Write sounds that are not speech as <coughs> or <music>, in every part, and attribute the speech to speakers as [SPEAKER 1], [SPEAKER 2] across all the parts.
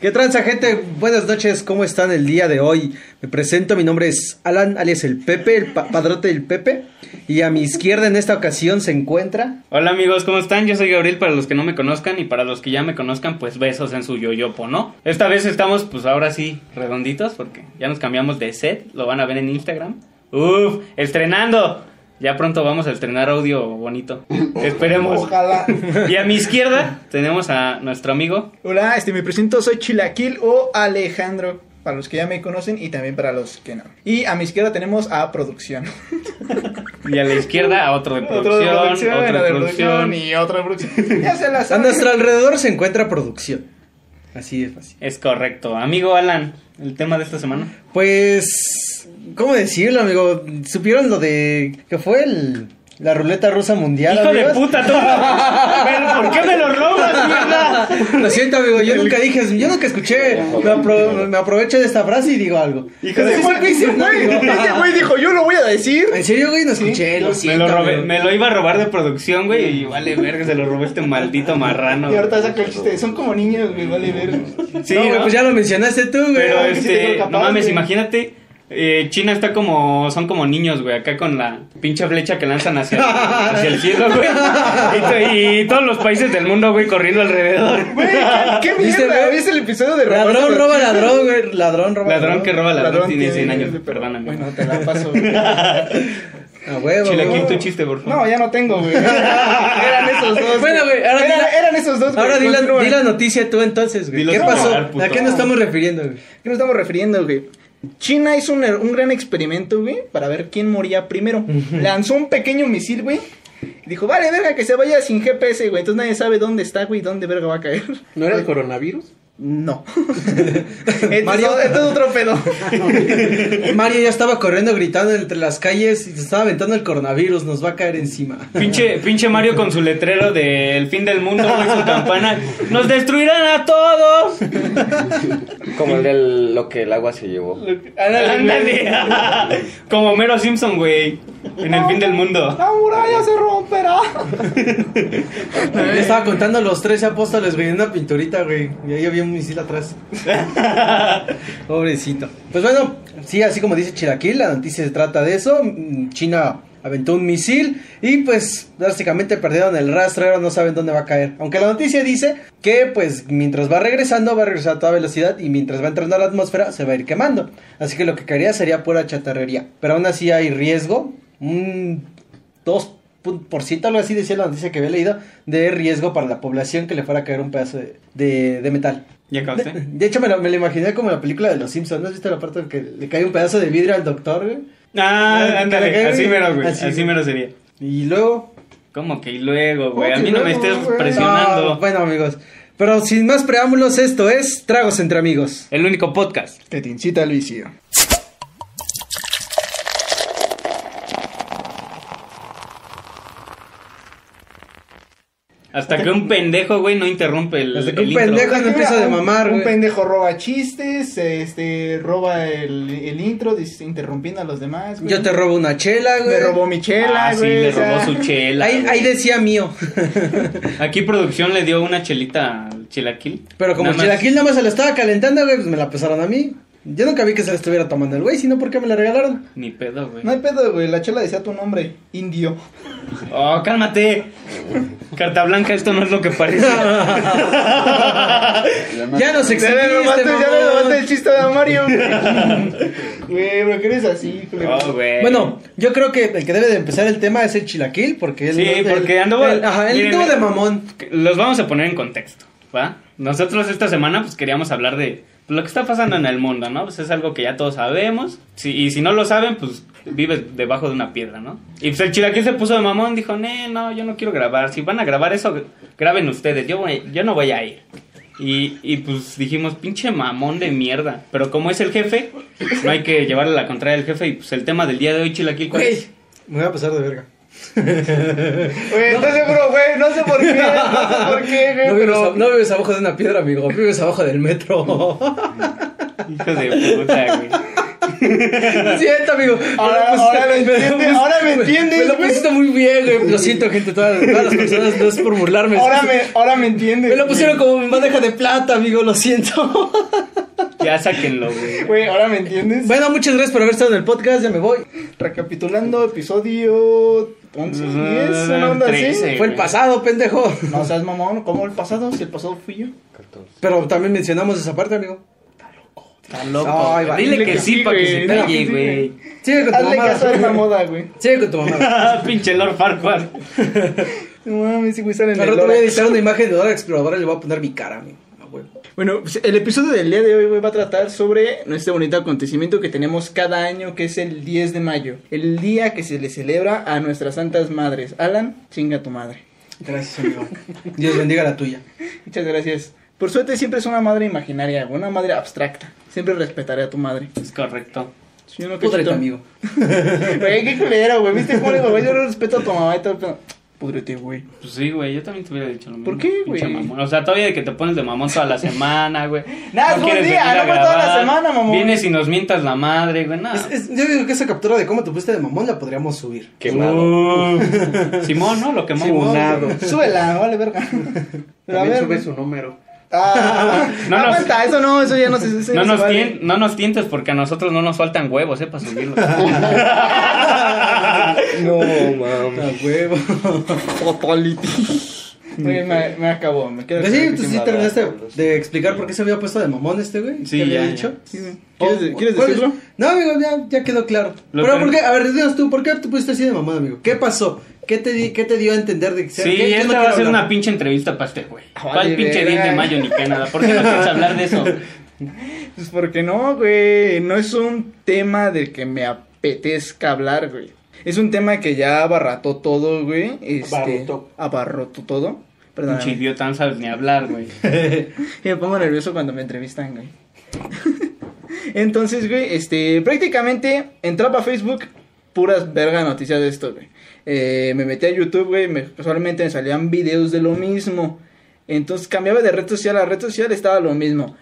[SPEAKER 1] ¿Qué tranza, gente? Buenas noches, ¿cómo están el día de hoy? Me presento, mi nombre es Alan, alias el Pepe, el pa- padrote del Pepe. Y a mi izquierda en esta ocasión se encuentra.
[SPEAKER 2] Hola amigos, ¿cómo están? Yo soy Gabriel para los que no me conozcan y para los que ya me conozcan, pues besos en su yoyopo, ¿no? Esta vez estamos pues ahora sí redonditos porque ya nos cambiamos de set, lo van a ver en Instagram. Uf, estrenando. Ya pronto vamos a estrenar audio
[SPEAKER 3] <laughs>
[SPEAKER 2] bonito. Esperemos.
[SPEAKER 3] Ojalá.
[SPEAKER 2] Y a mi izquierda tenemos a nuestro amigo.
[SPEAKER 3] Hola, este me presento, soy Chilaquil o Alejandro. Para los que ya me conocen y también para los que no. Y a mi izquierda tenemos a producción.
[SPEAKER 2] Y a la izquierda a otro de producción.
[SPEAKER 3] <laughs> otro de producción,
[SPEAKER 2] otro de
[SPEAKER 3] otro de
[SPEAKER 2] producción.
[SPEAKER 3] producción y otro de producción. <laughs> Ya se las
[SPEAKER 1] A nuestro alrededor se encuentra producción. Así es fácil.
[SPEAKER 2] Es correcto. Amigo Alan, el tema de esta semana.
[SPEAKER 1] Pues. ¿Cómo decirlo, amigo? ¿Supieron lo de. que fue el. la ruleta rusa mundial?
[SPEAKER 2] Hijo de
[SPEAKER 1] amigos?
[SPEAKER 2] puta,
[SPEAKER 3] <laughs>
[SPEAKER 2] tú. Pero, ¿Por qué me lo robas, mierda?
[SPEAKER 1] Ah, Lo siento, amigo, yo nunca dije, yo nunca escuché, me, apro- me aprovecho de esta frase y digo algo.
[SPEAKER 3] Hijo de
[SPEAKER 1] Sí, sí,
[SPEAKER 3] güey,
[SPEAKER 1] sí,
[SPEAKER 3] <laughs> ese güey,
[SPEAKER 1] amigo. <laughs>
[SPEAKER 3] ese güey dijo, yo lo voy a decir.
[SPEAKER 1] En serio, güey, no escuché, lo
[SPEAKER 2] Me
[SPEAKER 1] siento,
[SPEAKER 2] lo, robé-
[SPEAKER 1] amigo.
[SPEAKER 2] me lo iba a robar de producción, güey, y vale verga, se lo robó este maldito marrano.
[SPEAKER 3] <laughs> Y ahorita saca el chiste. Son como niños, güey, vale ver.
[SPEAKER 2] Sí,
[SPEAKER 1] no, güey,
[SPEAKER 2] ¿no?
[SPEAKER 1] pues ya lo mencionaste tú, güey.
[SPEAKER 2] Pero
[SPEAKER 3] es- sí te
[SPEAKER 2] este,
[SPEAKER 3] creo capaz,
[SPEAKER 2] no mames,
[SPEAKER 3] güey.
[SPEAKER 2] imagínate, eh, China está como, son como niños, güey, acá con la pinche flecha que lanzan hacia,
[SPEAKER 3] <laughs>
[SPEAKER 2] hacia el cielo, güey. Y to- Y, todos los países del mundo, güey, corriendo alrededor.
[SPEAKER 3] Güey, qué
[SPEAKER 1] ¿Viste,
[SPEAKER 3] mierda.
[SPEAKER 1] güey?
[SPEAKER 3] Es el episodio de
[SPEAKER 1] Ladrón
[SPEAKER 3] Roberto.
[SPEAKER 1] roba ladrón, güey, ladrón roba
[SPEAKER 2] Ladrón que roba ladrón,
[SPEAKER 3] Ladrón
[SPEAKER 2] tiene
[SPEAKER 3] tiene
[SPEAKER 2] 100 años,
[SPEAKER 3] pero-
[SPEAKER 2] perdóname.
[SPEAKER 3] Bueno, te la paso. güey.
[SPEAKER 1] A huevo,
[SPEAKER 2] Chilaquil,
[SPEAKER 1] güey.
[SPEAKER 2] tu chiste, por favor.
[SPEAKER 3] No, ya no tengo, güey. Eran esos dos.
[SPEAKER 1] Bueno, güey, ahora
[SPEAKER 3] Era-
[SPEAKER 1] di la-
[SPEAKER 3] eran esos dos.
[SPEAKER 1] Ahora
[SPEAKER 3] güey.
[SPEAKER 1] di la,
[SPEAKER 3] Continúa.
[SPEAKER 1] di la noticia tú entonces, güey.
[SPEAKER 2] eh. Dilo
[SPEAKER 1] ¿Qué
[SPEAKER 2] tú,
[SPEAKER 1] pasó?
[SPEAKER 2] no, puto.
[SPEAKER 1] ¿A qué nos estamos refiriendo, güey?
[SPEAKER 3] ¿Qué nos estamos refiriendo, güey? China hizo un, un gran experimento, güey, para ver quién moría primero. Lanzó un pequeño misil, güey. Y dijo, vale, verga, que se vaya sin GPS, güey. Entonces nadie sabe dónde está, güey, dónde verga va a caer.
[SPEAKER 4] ¿No era el coronavirus?
[SPEAKER 3] No. Entonces,
[SPEAKER 1] Mario.
[SPEAKER 3] esto es otro pedo.
[SPEAKER 1] Mario ya estaba corriendo, gritando entre las calles y se estaba aventando el coronavirus, nos va a caer encima.
[SPEAKER 2] Pinche, pinche Mario con su letrero del fin del mundo, güey,
[SPEAKER 3] <laughs>
[SPEAKER 2] su campana. ¡Nos destruirán a todos!
[SPEAKER 4] Como el de lo que el agua se llevó.
[SPEAKER 2] Ándale. <laughs> Como Mero Simpson, güey. En el fin del mundo.
[SPEAKER 3] La muralla se romperá.
[SPEAKER 1] Yo estaba contando los 13 apóstoles, güey, en una pinturita, güey. Y ahí había un misil atrás. Pobrecito. Pues bueno, sí, así como dice Chilaquil, la noticia se trata de eso. Mm, China aventó un misil y pues drásticamente perdieron el rastro, ahora no saben dónde va a caer. Aunque la noticia dice que pues mientras va regresando, va a regresar a toda velocidad y mientras va entrando a la atmósfera se va a ir quemando. Así que lo que caería sería pura chatarrería. Pero aún así hay riesgo. Un 2%, algo así decía la noticia que había leído, de riesgo para la población que le fuera a caer un pedazo de, de- de metal. De,
[SPEAKER 2] ¿Ya acabaste?
[SPEAKER 1] de hecho, me lo, me lo imaginé como la película de Los Simpsons. ¿No has visto la parte en que le cae un pedazo de vidrio al doctor, güey?
[SPEAKER 2] Ah,
[SPEAKER 1] Que la
[SPEAKER 2] ándale.
[SPEAKER 1] cague.
[SPEAKER 2] Así mero, güey.
[SPEAKER 1] Así.
[SPEAKER 2] Así mero sería.
[SPEAKER 1] Y luego...
[SPEAKER 2] ¿Cómo que y luego, güey?
[SPEAKER 3] ¿Cómo
[SPEAKER 2] A
[SPEAKER 3] que
[SPEAKER 2] mí no me
[SPEAKER 3] luego,
[SPEAKER 2] estés
[SPEAKER 3] güey?
[SPEAKER 1] Ah,
[SPEAKER 2] presionando.
[SPEAKER 1] bueno, amigos. Pero sin más preámbulos, esto es Tragos entre Amigos.
[SPEAKER 2] El único podcast.
[SPEAKER 3] Que te incita al vicio.
[SPEAKER 2] Hasta que un pendejo, güey, no interrumpe el.
[SPEAKER 1] Hasta que un
[SPEAKER 2] el intro.
[SPEAKER 1] pendejo- Cuando empieza
[SPEAKER 3] Mira,
[SPEAKER 1] de
[SPEAKER 3] un-
[SPEAKER 1] mamar,
[SPEAKER 3] Un
[SPEAKER 1] güey.
[SPEAKER 3] pendejo roba chistes, este, roba el, el intro, dis- interrumpiendo a los demás. güey.
[SPEAKER 1] Yo te robo una chela, güey.
[SPEAKER 3] Me robó mi chela,
[SPEAKER 2] Ah, sí,
[SPEAKER 3] güey.
[SPEAKER 2] le
[SPEAKER 3] o sea,
[SPEAKER 2] robó su chela.
[SPEAKER 1] Ahí,
[SPEAKER 2] güey.
[SPEAKER 1] ahí decía mío. <laughs>
[SPEAKER 2] Aquí producción le dio una chelita al chilaquil.
[SPEAKER 1] Pero como
[SPEAKER 2] Nada
[SPEAKER 1] el
[SPEAKER 2] más.
[SPEAKER 1] chilaquil nada más se la estaba calentando, güey, pues me la pesaron a mí. Yo nunca vi que se la estuviera tomando el güey, sino porque me la regalaron.
[SPEAKER 2] Ni pedo, güey.
[SPEAKER 3] No hay pedo, güey. La chela decía tu nombre,
[SPEAKER 1] <laughs>
[SPEAKER 3] indio.
[SPEAKER 2] Oh, cálmate. Carta blanca, esto no es lo que parece.
[SPEAKER 1] Ya nos
[SPEAKER 3] Ya me robaste,
[SPEAKER 1] exhibiste,
[SPEAKER 3] ya me
[SPEAKER 1] mamón.
[SPEAKER 3] robaste el chiste
[SPEAKER 1] <laughs>
[SPEAKER 3] de Mario. Güey, pero que eres así, culero.
[SPEAKER 2] Oh, güey.
[SPEAKER 1] Bueno, yo creo que el que debe de empezar el tema es el chilaquil, porque él...
[SPEAKER 2] Sí,
[SPEAKER 1] él-
[SPEAKER 2] porque anduvo-
[SPEAKER 1] él- Ajá, él
[SPEAKER 2] miren,
[SPEAKER 1] anduvo de
[SPEAKER 2] miren.
[SPEAKER 1] mamón.
[SPEAKER 2] los vamos a poner en contexto, ¿va? Nosotros esta semana pues queríamos hablar de lo que está pasando en el mundo, ¿no? Pues es algo que ya todos sabemos. Si, y si no lo saben, pues vives debajo de una piedra, ¿no? Y pues el chilaquil se puso de mamón, dijo, "Nee, no, yo no quiero grabar. Si van a grabar eso, graben ustedes. Yo, voy- yo no voy a ir. Y, y pues dijimos, pinche mamón de mierda. Pero como es el jefe, no hay que llevarle la contraria al jefe. Y pues el tema del día de hoy, chilaquil, ¿cuál es?
[SPEAKER 1] Güey, me voy a pasar de
[SPEAKER 3] <laughs>
[SPEAKER 1] verga. <laughs>
[SPEAKER 3] Güey, estoy seguro, güey. No sé por qué, no sé por qué, güey.
[SPEAKER 1] <laughs> No vives,
[SPEAKER 3] pero...
[SPEAKER 1] ab- no vives abajo de una piedra, amigo. Vives abajo del metro.
[SPEAKER 2] Hijo de puta, güey.
[SPEAKER 1] Lo <laughs> siento, amigo. Me lo
[SPEAKER 3] Ahora-
[SPEAKER 1] pusiste- me
[SPEAKER 3] ahora lo
[SPEAKER 1] lo
[SPEAKER 3] entiendes,
[SPEAKER 1] pusiste-
[SPEAKER 3] ahora me
[SPEAKER 1] Me
[SPEAKER 3] entiendes,
[SPEAKER 1] lo
[SPEAKER 3] güey.
[SPEAKER 1] pusiste muy bien, güey. Lo siento, gente. Todas, todas las personas no es por burlarme.
[SPEAKER 3] Ahora me, ahora me entiendes.
[SPEAKER 1] Me lo
[SPEAKER 3] güey.
[SPEAKER 1] pusieron como en bandeja de plata, amigo. Lo siento. <laughs>
[SPEAKER 2] Ya sáquenlo, güey.
[SPEAKER 3] Güey, ahora me entiendes.
[SPEAKER 1] Bueno, muchas gracias por haber estado en el podcast. Ya me voy.
[SPEAKER 3] Recapitulando, episodio 11, 10, una onda así.
[SPEAKER 2] Trece.
[SPEAKER 1] Fue el pasado, pendejo.
[SPEAKER 3] No seas mamón, ¿cómo el pasado? Si el pasado fui yo.
[SPEAKER 1] Pero también mencionamos esa parte, amigo.
[SPEAKER 2] Está loco.
[SPEAKER 1] Ay, va.
[SPEAKER 2] Dile que sí para que se
[SPEAKER 3] güey.
[SPEAKER 2] calle,
[SPEAKER 3] Sí,
[SPEAKER 2] güey.
[SPEAKER 1] Sigue con tu
[SPEAKER 3] Hazle
[SPEAKER 1] mamada.
[SPEAKER 3] caso a esa moda, güey.
[SPEAKER 1] Sigue con tu mamada.
[SPEAKER 2] <laughs> Pinche Lord Farquaad.
[SPEAKER 3] No mames, sí, güey, salen
[SPEAKER 1] Al
[SPEAKER 3] el
[SPEAKER 1] rato voy a
[SPEAKER 3] Lorax.
[SPEAKER 1] editar una imagen de Dora la Exploradora y le voy a poner mi cara, amigo. A huevo.
[SPEAKER 3] Bueno, pues, el episodio del día de hoy güey, va a tratar sobre este bonito acontecimiento que tenemos cada año, que es el 10 de mayo. El día que se le celebra a nuestras santas madres. Alan, chinga tu madre.
[SPEAKER 1] Gracias, amigo. <laughs> Dios bendiga la tuya.
[SPEAKER 3] Muchas gracias. Por suerte siempre es una madre imaginaria, güey, una madre abstracta. Siempre respetaré a tu madre.
[SPEAKER 2] Es correcto.
[SPEAKER 3] Sí, uno que
[SPEAKER 1] Pudrete,
[SPEAKER 3] chito.
[SPEAKER 1] amigo.
[SPEAKER 3] <laughs> Güey, qué culero, güey. ¿Viste cómo le digo, güey? Yo no respeto a tu mamá y todo el pedo. Pudrete, güey.
[SPEAKER 2] Pues sí, güey, yo también te hubiera dicho lo mismo.
[SPEAKER 3] ¿Por qué,
[SPEAKER 2] pinche
[SPEAKER 3] güey?
[SPEAKER 2] mamón. O sea, todavía de que te pones de mamón toda la semana, güey.
[SPEAKER 3] <laughs> Nada, es buen
[SPEAKER 2] quieres
[SPEAKER 3] día,
[SPEAKER 2] venir a
[SPEAKER 3] no fue toda la
[SPEAKER 2] grabar.
[SPEAKER 3] semana, mamón.
[SPEAKER 2] Vienes y nos mientas la madre, güey, nada.
[SPEAKER 1] Es- es- yo digo que esa captura de cómo te pusiste de mamón la podríamos subir.
[SPEAKER 4] Quemado.
[SPEAKER 2] <laughs> Simón, ¿no? Lo quemó.
[SPEAKER 5] Funado.
[SPEAKER 3] Súbela, vale,
[SPEAKER 2] <laughs>
[SPEAKER 3] verga. Pero a
[SPEAKER 5] También
[SPEAKER 3] ver.
[SPEAKER 5] sube
[SPEAKER 3] güey.
[SPEAKER 5] su número.
[SPEAKER 3] Ah,
[SPEAKER 2] <laughs> No nos-
[SPEAKER 3] aguanta, eso no, eso ya no se. eso
[SPEAKER 2] No
[SPEAKER 3] ya se
[SPEAKER 2] nos,
[SPEAKER 3] vale.
[SPEAKER 2] tien- no nos tientes porque a nosotros no nos faltan huevos, ¿eh? Para
[SPEAKER 3] <laughs>
[SPEAKER 2] subirlo.
[SPEAKER 4] <laughs> No, mames.
[SPEAKER 1] A huevo. <laughs>
[SPEAKER 3] <laughs> Güey, me, me acabó, me quedo.
[SPEAKER 1] Pero sí, tú sí
[SPEAKER 4] chingada.
[SPEAKER 1] terminaste de explicar por qué se había puesto de mamón este güey.
[SPEAKER 2] pues, Sí,
[SPEAKER 1] ¿Qué había
[SPEAKER 2] ya,
[SPEAKER 1] dicho?
[SPEAKER 3] Sí, güey. ¿Quieres,
[SPEAKER 1] Oh,
[SPEAKER 3] ¿quieres
[SPEAKER 1] ¿cuál es?
[SPEAKER 3] decirlo?
[SPEAKER 1] No, amigo, ya, ya quedó claro.
[SPEAKER 2] Lo
[SPEAKER 1] Pero,
[SPEAKER 2] que-
[SPEAKER 1] ¿por qué? A ver, dinos tú, ¿por qué te pusiste así de mamón, amigo? ¿Qué pasó? ¿Qué te, di- qué te dio a entender de que
[SPEAKER 2] Sí,
[SPEAKER 1] qué- qué
[SPEAKER 2] esta
[SPEAKER 1] no
[SPEAKER 2] va a
[SPEAKER 1] quiero
[SPEAKER 2] ser
[SPEAKER 1] hablar?
[SPEAKER 2] una pinche entrevista para este güey. ¿Cuál
[SPEAKER 3] Ah, Vale,
[SPEAKER 2] pinche
[SPEAKER 3] verga.
[SPEAKER 2] 10 de mayo ni qué nada? ¿Por qué no quieres hablar de
[SPEAKER 3] <laughs>
[SPEAKER 2] eso?
[SPEAKER 3] Pues porque no, güey. No es un tema del que me apetezca hablar, güey. Es un tema que ya abarrató todo, güey. Este,
[SPEAKER 5] Abarrotó.
[SPEAKER 3] Abarrotó todo. Perdón.
[SPEAKER 2] Pinche idiota, no sabes ni hablar,
[SPEAKER 3] <laughs>
[SPEAKER 2] güey.
[SPEAKER 3] Y me pongo nervioso cuando me entrevistan, güey. <laughs> Entonces, güey, este, prácticamente entraba a Facebook puras verga noticias de esto, güey. Eh, me metí a YouTube, güey, me, solamente me salían videos de lo mismo. Entonces cambiaba de red social a red social, estaba lo mismo.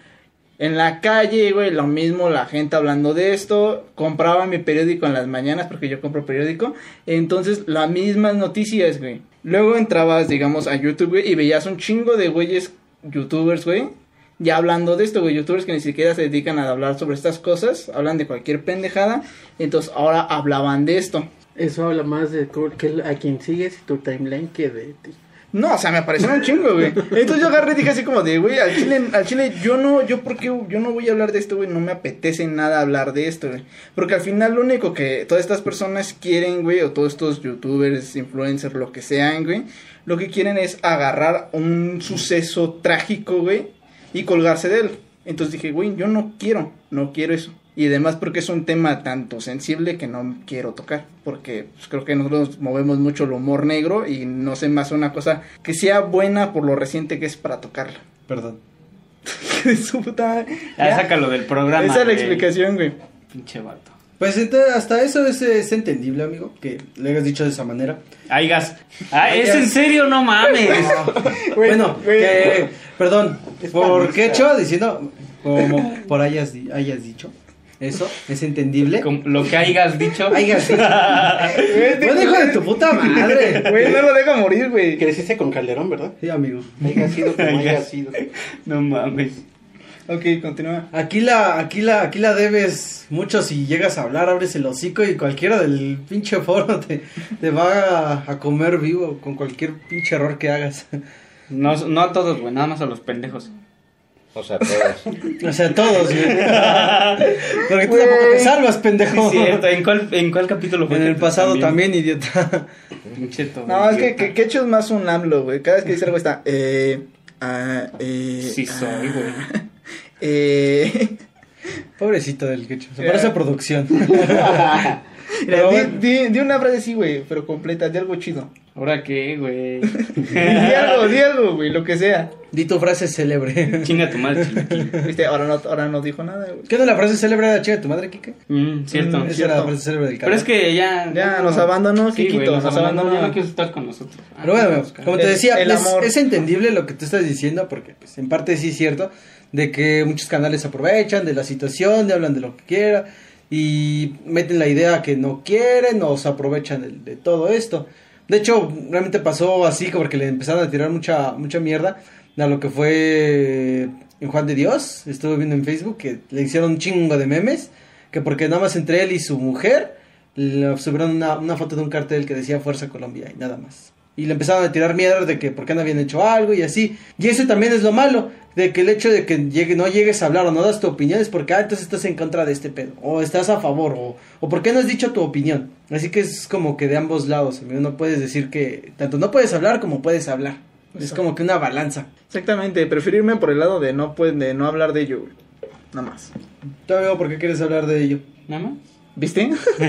[SPEAKER 3] En la calle, güey, lo mismo, la gente hablando de esto. Compraba mi periódico en las mañanas porque yo compro periódico. Entonces, las mismas noticias, güey. Luego entrabas, digamos, a YouTube, güey, y veías un chingo de güeyes youtubers, güey. Ya hablando de esto, güey, youtubers que ni siquiera se dedican a hablar sobre estas cosas, hablan de cualquier pendejada. Entonces, ahora hablaban de esto.
[SPEAKER 5] Eso habla más de tu- que a quien sigues y tu timeline que de ti.
[SPEAKER 3] No, o sea, me aparecieron un chingo, güey. Entonces yo agarré y dije así como de, güey, al chile, al chile, yo no, yo porque yo no voy a hablar de esto, güey, no me apetece nada hablar de esto, güey. Porque al final lo único que todas estas personas quieren, güey, o todos estos youtubers, influencers, lo que sean, güey, lo que quieren es agarrar un suceso trágico, güey, y colgarse de él. Entonces dije, güey, yo no quiero, no quiero eso. Y además porque es un tema tanto sensible que no quiero tocar, porque pues, creo que nosotros movemos mucho el humor negro y no sé más una cosa que sea buena por lo reciente que es para tocarla. <laughs>
[SPEAKER 1] Perdón.
[SPEAKER 3] De su puta madre.
[SPEAKER 2] Ya,
[SPEAKER 3] Ya,
[SPEAKER 2] Ah, sácalo del programa.
[SPEAKER 3] Esa es la
[SPEAKER 2] güey.
[SPEAKER 3] explicación, güey.
[SPEAKER 2] Pinche vato.
[SPEAKER 1] Pues entonces, hasta eso es, es entendible, amigo, que le hayas dicho de esa manera.
[SPEAKER 2] Ay, gas. Ah, ¿Es
[SPEAKER 1] gas.
[SPEAKER 2] en serio? No
[SPEAKER 3] <laughs>
[SPEAKER 2] mames.
[SPEAKER 3] Güey,
[SPEAKER 1] bueno,
[SPEAKER 3] güey.
[SPEAKER 1] que- perdón,
[SPEAKER 5] Es
[SPEAKER 1] ¿por
[SPEAKER 5] panista.
[SPEAKER 1] qué Chava diciendo como por hayas, di- hayas dicho? Eso es entendible.
[SPEAKER 2] Como lo que hayas dicho.
[SPEAKER 1] Hayas dicho.
[SPEAKER 3] Güey, te-
[SPEAKER 1] Bueno, hijo de tu puta
[SPEAKER 3] <laughs>
[SPEAKER 1] madre.
[SPEAKER 3] Güey, no lo deja
[SPEAKER 2] <laughs>
[SPEAKER 3] morir, güey.
[SPEAKER 5] Creciste con Calderón, ¿verdad?
[SPEAKER 1] Sí, amigo.
[SPEAKER 5] Haya sido <laughs> como haya
[SPEAKER 2] Haya
[SPEAKER 5] sido.
[SPEAKER 2] <laughs> No mames.
[SPEAKER 3] Ok, continúa.
[SPEAKER 1] Aquí la, aquí la, aquí la debes mucho si llegas a hablar, abres el hocico y cualquiera del pinche foro te, te va a, a comer vivo con cualquier pinche error que hagas.
[SPEAKER 2] No, no a todos, güey, nada más a los pendejos.
[SPEAKER 4] O sea, todos.
[SPEAKER 1] O sea, todos, güey. Porque tú tampoco te salvas, pendejo.
[SPEAKER 2] Sí, cierto. ¿En cuál, en cuál capítulo fue?
[SPEAKER 1] En
[SPEAKER 2] que
[SPEAKER 1] el
[SPEAKER 2] te-
[SPEAKER 1] pasado también, idiota.
[SPEAKER 2] Pinche todo
[SPEAKER 3] No, es que,
[SPEAKER 2] idiota.
[SPEAKER 3] que, que hecho es más un AMLO, güey. Cada vez que dice algo está, eh, ah, eh.
[SPEAKER 2] Sí
[SPEAKER 3] ah,
[SPEAKER 2] soy, güey.
[SPEAKER 3] Eh.
[SPEAKER 1] Pobrecito del quecho. Se parece a producción.
[SPEAKER 3] <laughs> Mira,
[SPEAKER 1] Pero
[SPEAKER 3] di,
[SPEAKER 1] bueno.
[SPEAKER 3] di- di una frase así, güey, pero completa, di algo chido.
[SPEAKER 1] <laughs>
[SPEAKER 2] ¿Ahora qué,
[SPEAKER 3] <laughs>
[SPEAKER 2] güey?
[SPEAKER 3] Di algo, di algo, güey, lo que sea.
[SPEAKER 1] Di tu frase célebre.
[SPEAKER 2] Chinga tu madre, chiquitín.
[SPEAKER 3] Viste, ahora no, ahora no dijo nada, güey.
[SPEAKER 1] ¿Qué no la frase célebre de la chica de tu madre, Kike?
[SPEAKER 2] Mm, cierto.
[SPEAKER 1] Mm, Esa
[SPEAKER 3] cierto.
[SPEAKER 1] era la frase célebre del
[SPEAKER 2] Pero es que ya.
[SPEAKER 3] Ya, nos abandonó,
[SPEAKER 2] Sí, güey,
[SPEAKER 3] Kikito,
[SPEAKER 2] nos
[SPEAKER 3] nos
[SPEAKER 2] abandonó.
[SPEAKER 3] abandonó.
[SPEAKER 2] Ya no quiso estar con nosotros. Ah,
[SPEAKER 1] Pero bueno, como te
[SPEAKER 3] El-
[SPEAKER 1] decía,
[SPEAKER 3] el
[SPEAKER 1] es,
[SPEAKER 3] amor.
[SPEAKER 1] es entendible lo que tú estás diciendo, porque pues, en parte sí es cierto, de que muchos canales se aprovechan de la situación, de hablan de lo que quiera, y meten la idea que no quieren o se aprovechan del- de, todo esto. De hecho, realmente pasó así como porque le empezaron a tirar mucha, mucha mierda a lo que fue en Juan de Dios. Estuve viendo en Facebook que le hicieron un chingo de memes, que porque nada más entre él y su mujer le subieron una, una foto de un cartel que decía Fuerza Colombia y nada más. Y le empezaron a tirar mierda de que por qué no habían hecho algo y así. Y eso también es lo malo, de que el hecho de que llegue, no llegues a hablar o no das tu opinión es porque, ah, entonces estás en contra de este pedo, o estás a favor, o, o por qué no has dicho tu opinión. Así que es como que de ambos lados, amigo, no puedes decir que, tanto no puedes hablar como puedes hablar. Es
[SPEAKER 3] Exacto.
[SPEAKER 1] como que una balanza.
[SPEAKER 3] Exactamente, preferirme por el lado de no, pues, de no hablar de ello, güey. Nada más.
[SPEAKER 1] Tú, amigo, ¿por qué quieres hablar de ello?
[SPEAKER 2] Nada más.
[SPEAKER 3] ¿Viste? <laughs>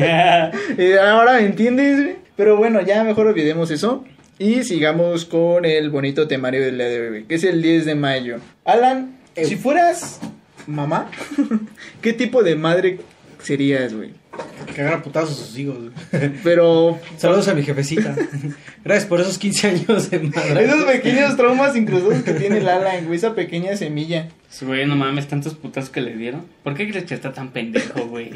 [SPEAKER 3] Eh, ahora me entiendes, güey. Pero bueno, ya mejor olvidemos eso. Y sigamos con el bonito temario del día de hoy, güey, que es el 10 de mayo. Alan,
[SPEAKER 1] Eh.
[SPEAKER 3] si fueras mamá, <laughs> ¿qué tipo de madre serías, güey?
[SPEAKER 1] Que agarra putazos a sus hijos. güey.
[SPEAKER 3] Pero
[SPEAKER 1] <laughs> Saludos a mi jefecita. <laughs> Gracias por esos 15 años de madre.
[SPEAKER 3] esos pequeños traumas incrustados que tiene el Alan, güey, esa pequeña semilla.
[SPEAKER 2] Sí, Pues, güey, no mames, tantos putas que le dieron. ¿Por qué crees que está tan pendejo, güey?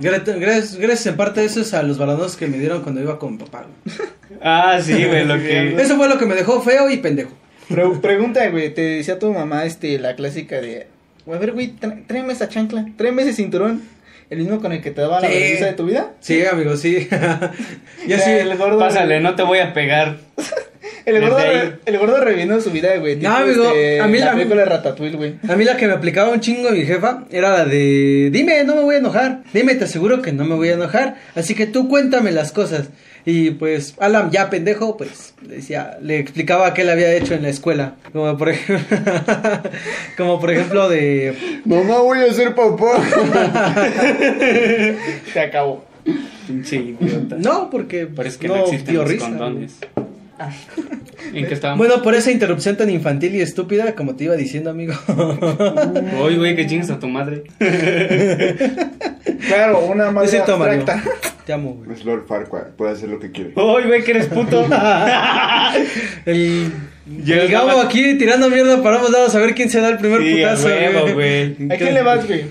[SPEAKER 1] Gracias, gracias, gracias en parte a eso es a los balonazos que me dieron cuando iba con mi papá. güey.
[SPEAKER 2] Ah, sí, güey, lo que.
[SPEAKER 1] Eso fue lo que me dejó feo y pendejo.
[SPEAKER 3] Pero pregunta, güey, te decía tu mamá este, la clásica de, a ver, güey, tra- tráeme esa chancla, tráeme ese cinturón, el mismo con el que te daba la
[SPEAKER 1] Sí.
[SPEAKER 3] vergüenza de tu vida.
[SPEAKER 1] Sí, amigo, sí. <laughs> y así,
[SPEAKER 3] el gordo.
[SPEAKER 2] Pásale, no te voy a pegar.
[SPEAKER 3] El gordo,
[SPEAKER 2] Desde ahí.
[SPEAKER 3] re- el gordo reviviendo su vida, güey. tipo,
[SPEAKER 1] No, amigo,
[SPEAKER 3] este,
[SPEAKER 1] a mí
[SPEAKER 3] la
[SPEAKER 1] la-
[SPEAKER 3] película de Ratatouille, güey.
[SPEAKER 1] a mí la que me aplicaba un chingo mi jefa era la de, dime, no me voy a enojar, dime, te aseguro que no me voy a enojar, así que tú cuéntame las cosas. Y pues, Alan, ya pendejo, pues, le decía, le explicaba qué le había hecho en la escuela, como por ejemplo, <laughs> como por ejemplo de...
[SPEAKER 4] Mamá, voy a ser papá.
[SPEAKER 3] Se acabó.
[SPEAKER 2] Pinche idiota.
[SPEAKER 1] No, porque pues,
[SPEAKER 2] Pero es que
[SPEAKER 1] no,
[SPEAKER 2] no, existen
[SPEAKER 1] dio
[SPEAKER 2] los
[SPEAKER 1] risa.
[SPEAKER 2] condones. ¿En qué estábamos?
[SPEAKER 1] Bueno, por esa interrupción tan infantil y estúpida, como te iba diciendo, amigo.
[SPEAKER 2] Oye, güey, que chingas a tu madre.
[SPEAKER 3] Claro, una madre
[SPEAKER 1] Es cierto, Mario.
[SPEAKER 3] abstracta.
[SPEAKER 1] Te amo, güey.
[SPEAKER 6] Es Lord Farquaad, puede hacer lo que quiere.
[SPEAKER 2] Oye, güey, que eres <laughs> puto.
[SPEAKER 1] El,
[SPEAKER 2] Yo
[SPEAKER 1] el Gabo
[SPEAKER 2] estaba-
[SPEAKER 1] aquí tirando mierda para ambos lados a ver quién se da el primer
[SPEAKER 2] Sí, a
[SPEAKER 1] putazo.
[SPEAKER 2] huevo, güey.
[SPEAKER 3] ¿A quién le vas, güey?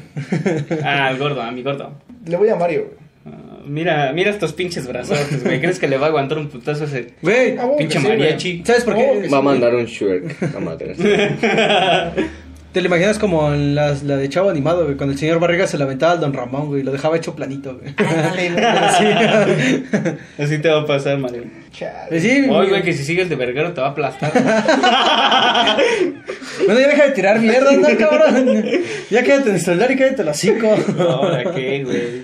[SPEAKER 2] Ah, al gordo, a mi gordo.
[SPEAKER 3] Le voy a Mario, güey.
[SPEAKER 2] Ah, Mira, mira estos pinches brazos, güey. ¿Crees que le va a aguantar un putazo a ese
[SPEAKER 1] Güey,
[SPEAKER 3] Ah, bueno,
[SPEAKER 2] pinche
[SPEAKER 3] sí, güey.
[SPEAKER 2] mariachi?
[SPEAKER 1] ¿sabes por
[SPEAKER 3] Oh,
[SPEAKER 1] qué?
[SPEAKER 3] que
[SPEAKER 4] Va a mandar un shurk a matar.
[SPEAKER 1] Te lo imaginas como en las- la de Chavo Animado, güey, cuando el señor Barriga se la aventaba al Don Ramón, güey, y lo dejaba hecho planito, güey. <laughs>
[SPEAKER 3] Ándale, güey.
[SPEAKER 1] Sí.
[SPEAKER 2] Así te va a pasar, Mario.
[SPEAKER 3] Chale.
[SPEAKER 1] Pues sí,
[SPEAKER 2] Oye,
[SPEAKER 1] güey.
[SPEAKER 2] güey, que si sigues de verguero te va a aplastar.
[SPEAKER 1] Bueno, ya deja de tirar mierda, ¿no, cabrón? <laughs> Ya quédate en el celular y quédate los cinco.
[SPEAKER 2] <laughs> Ahora qué, güey.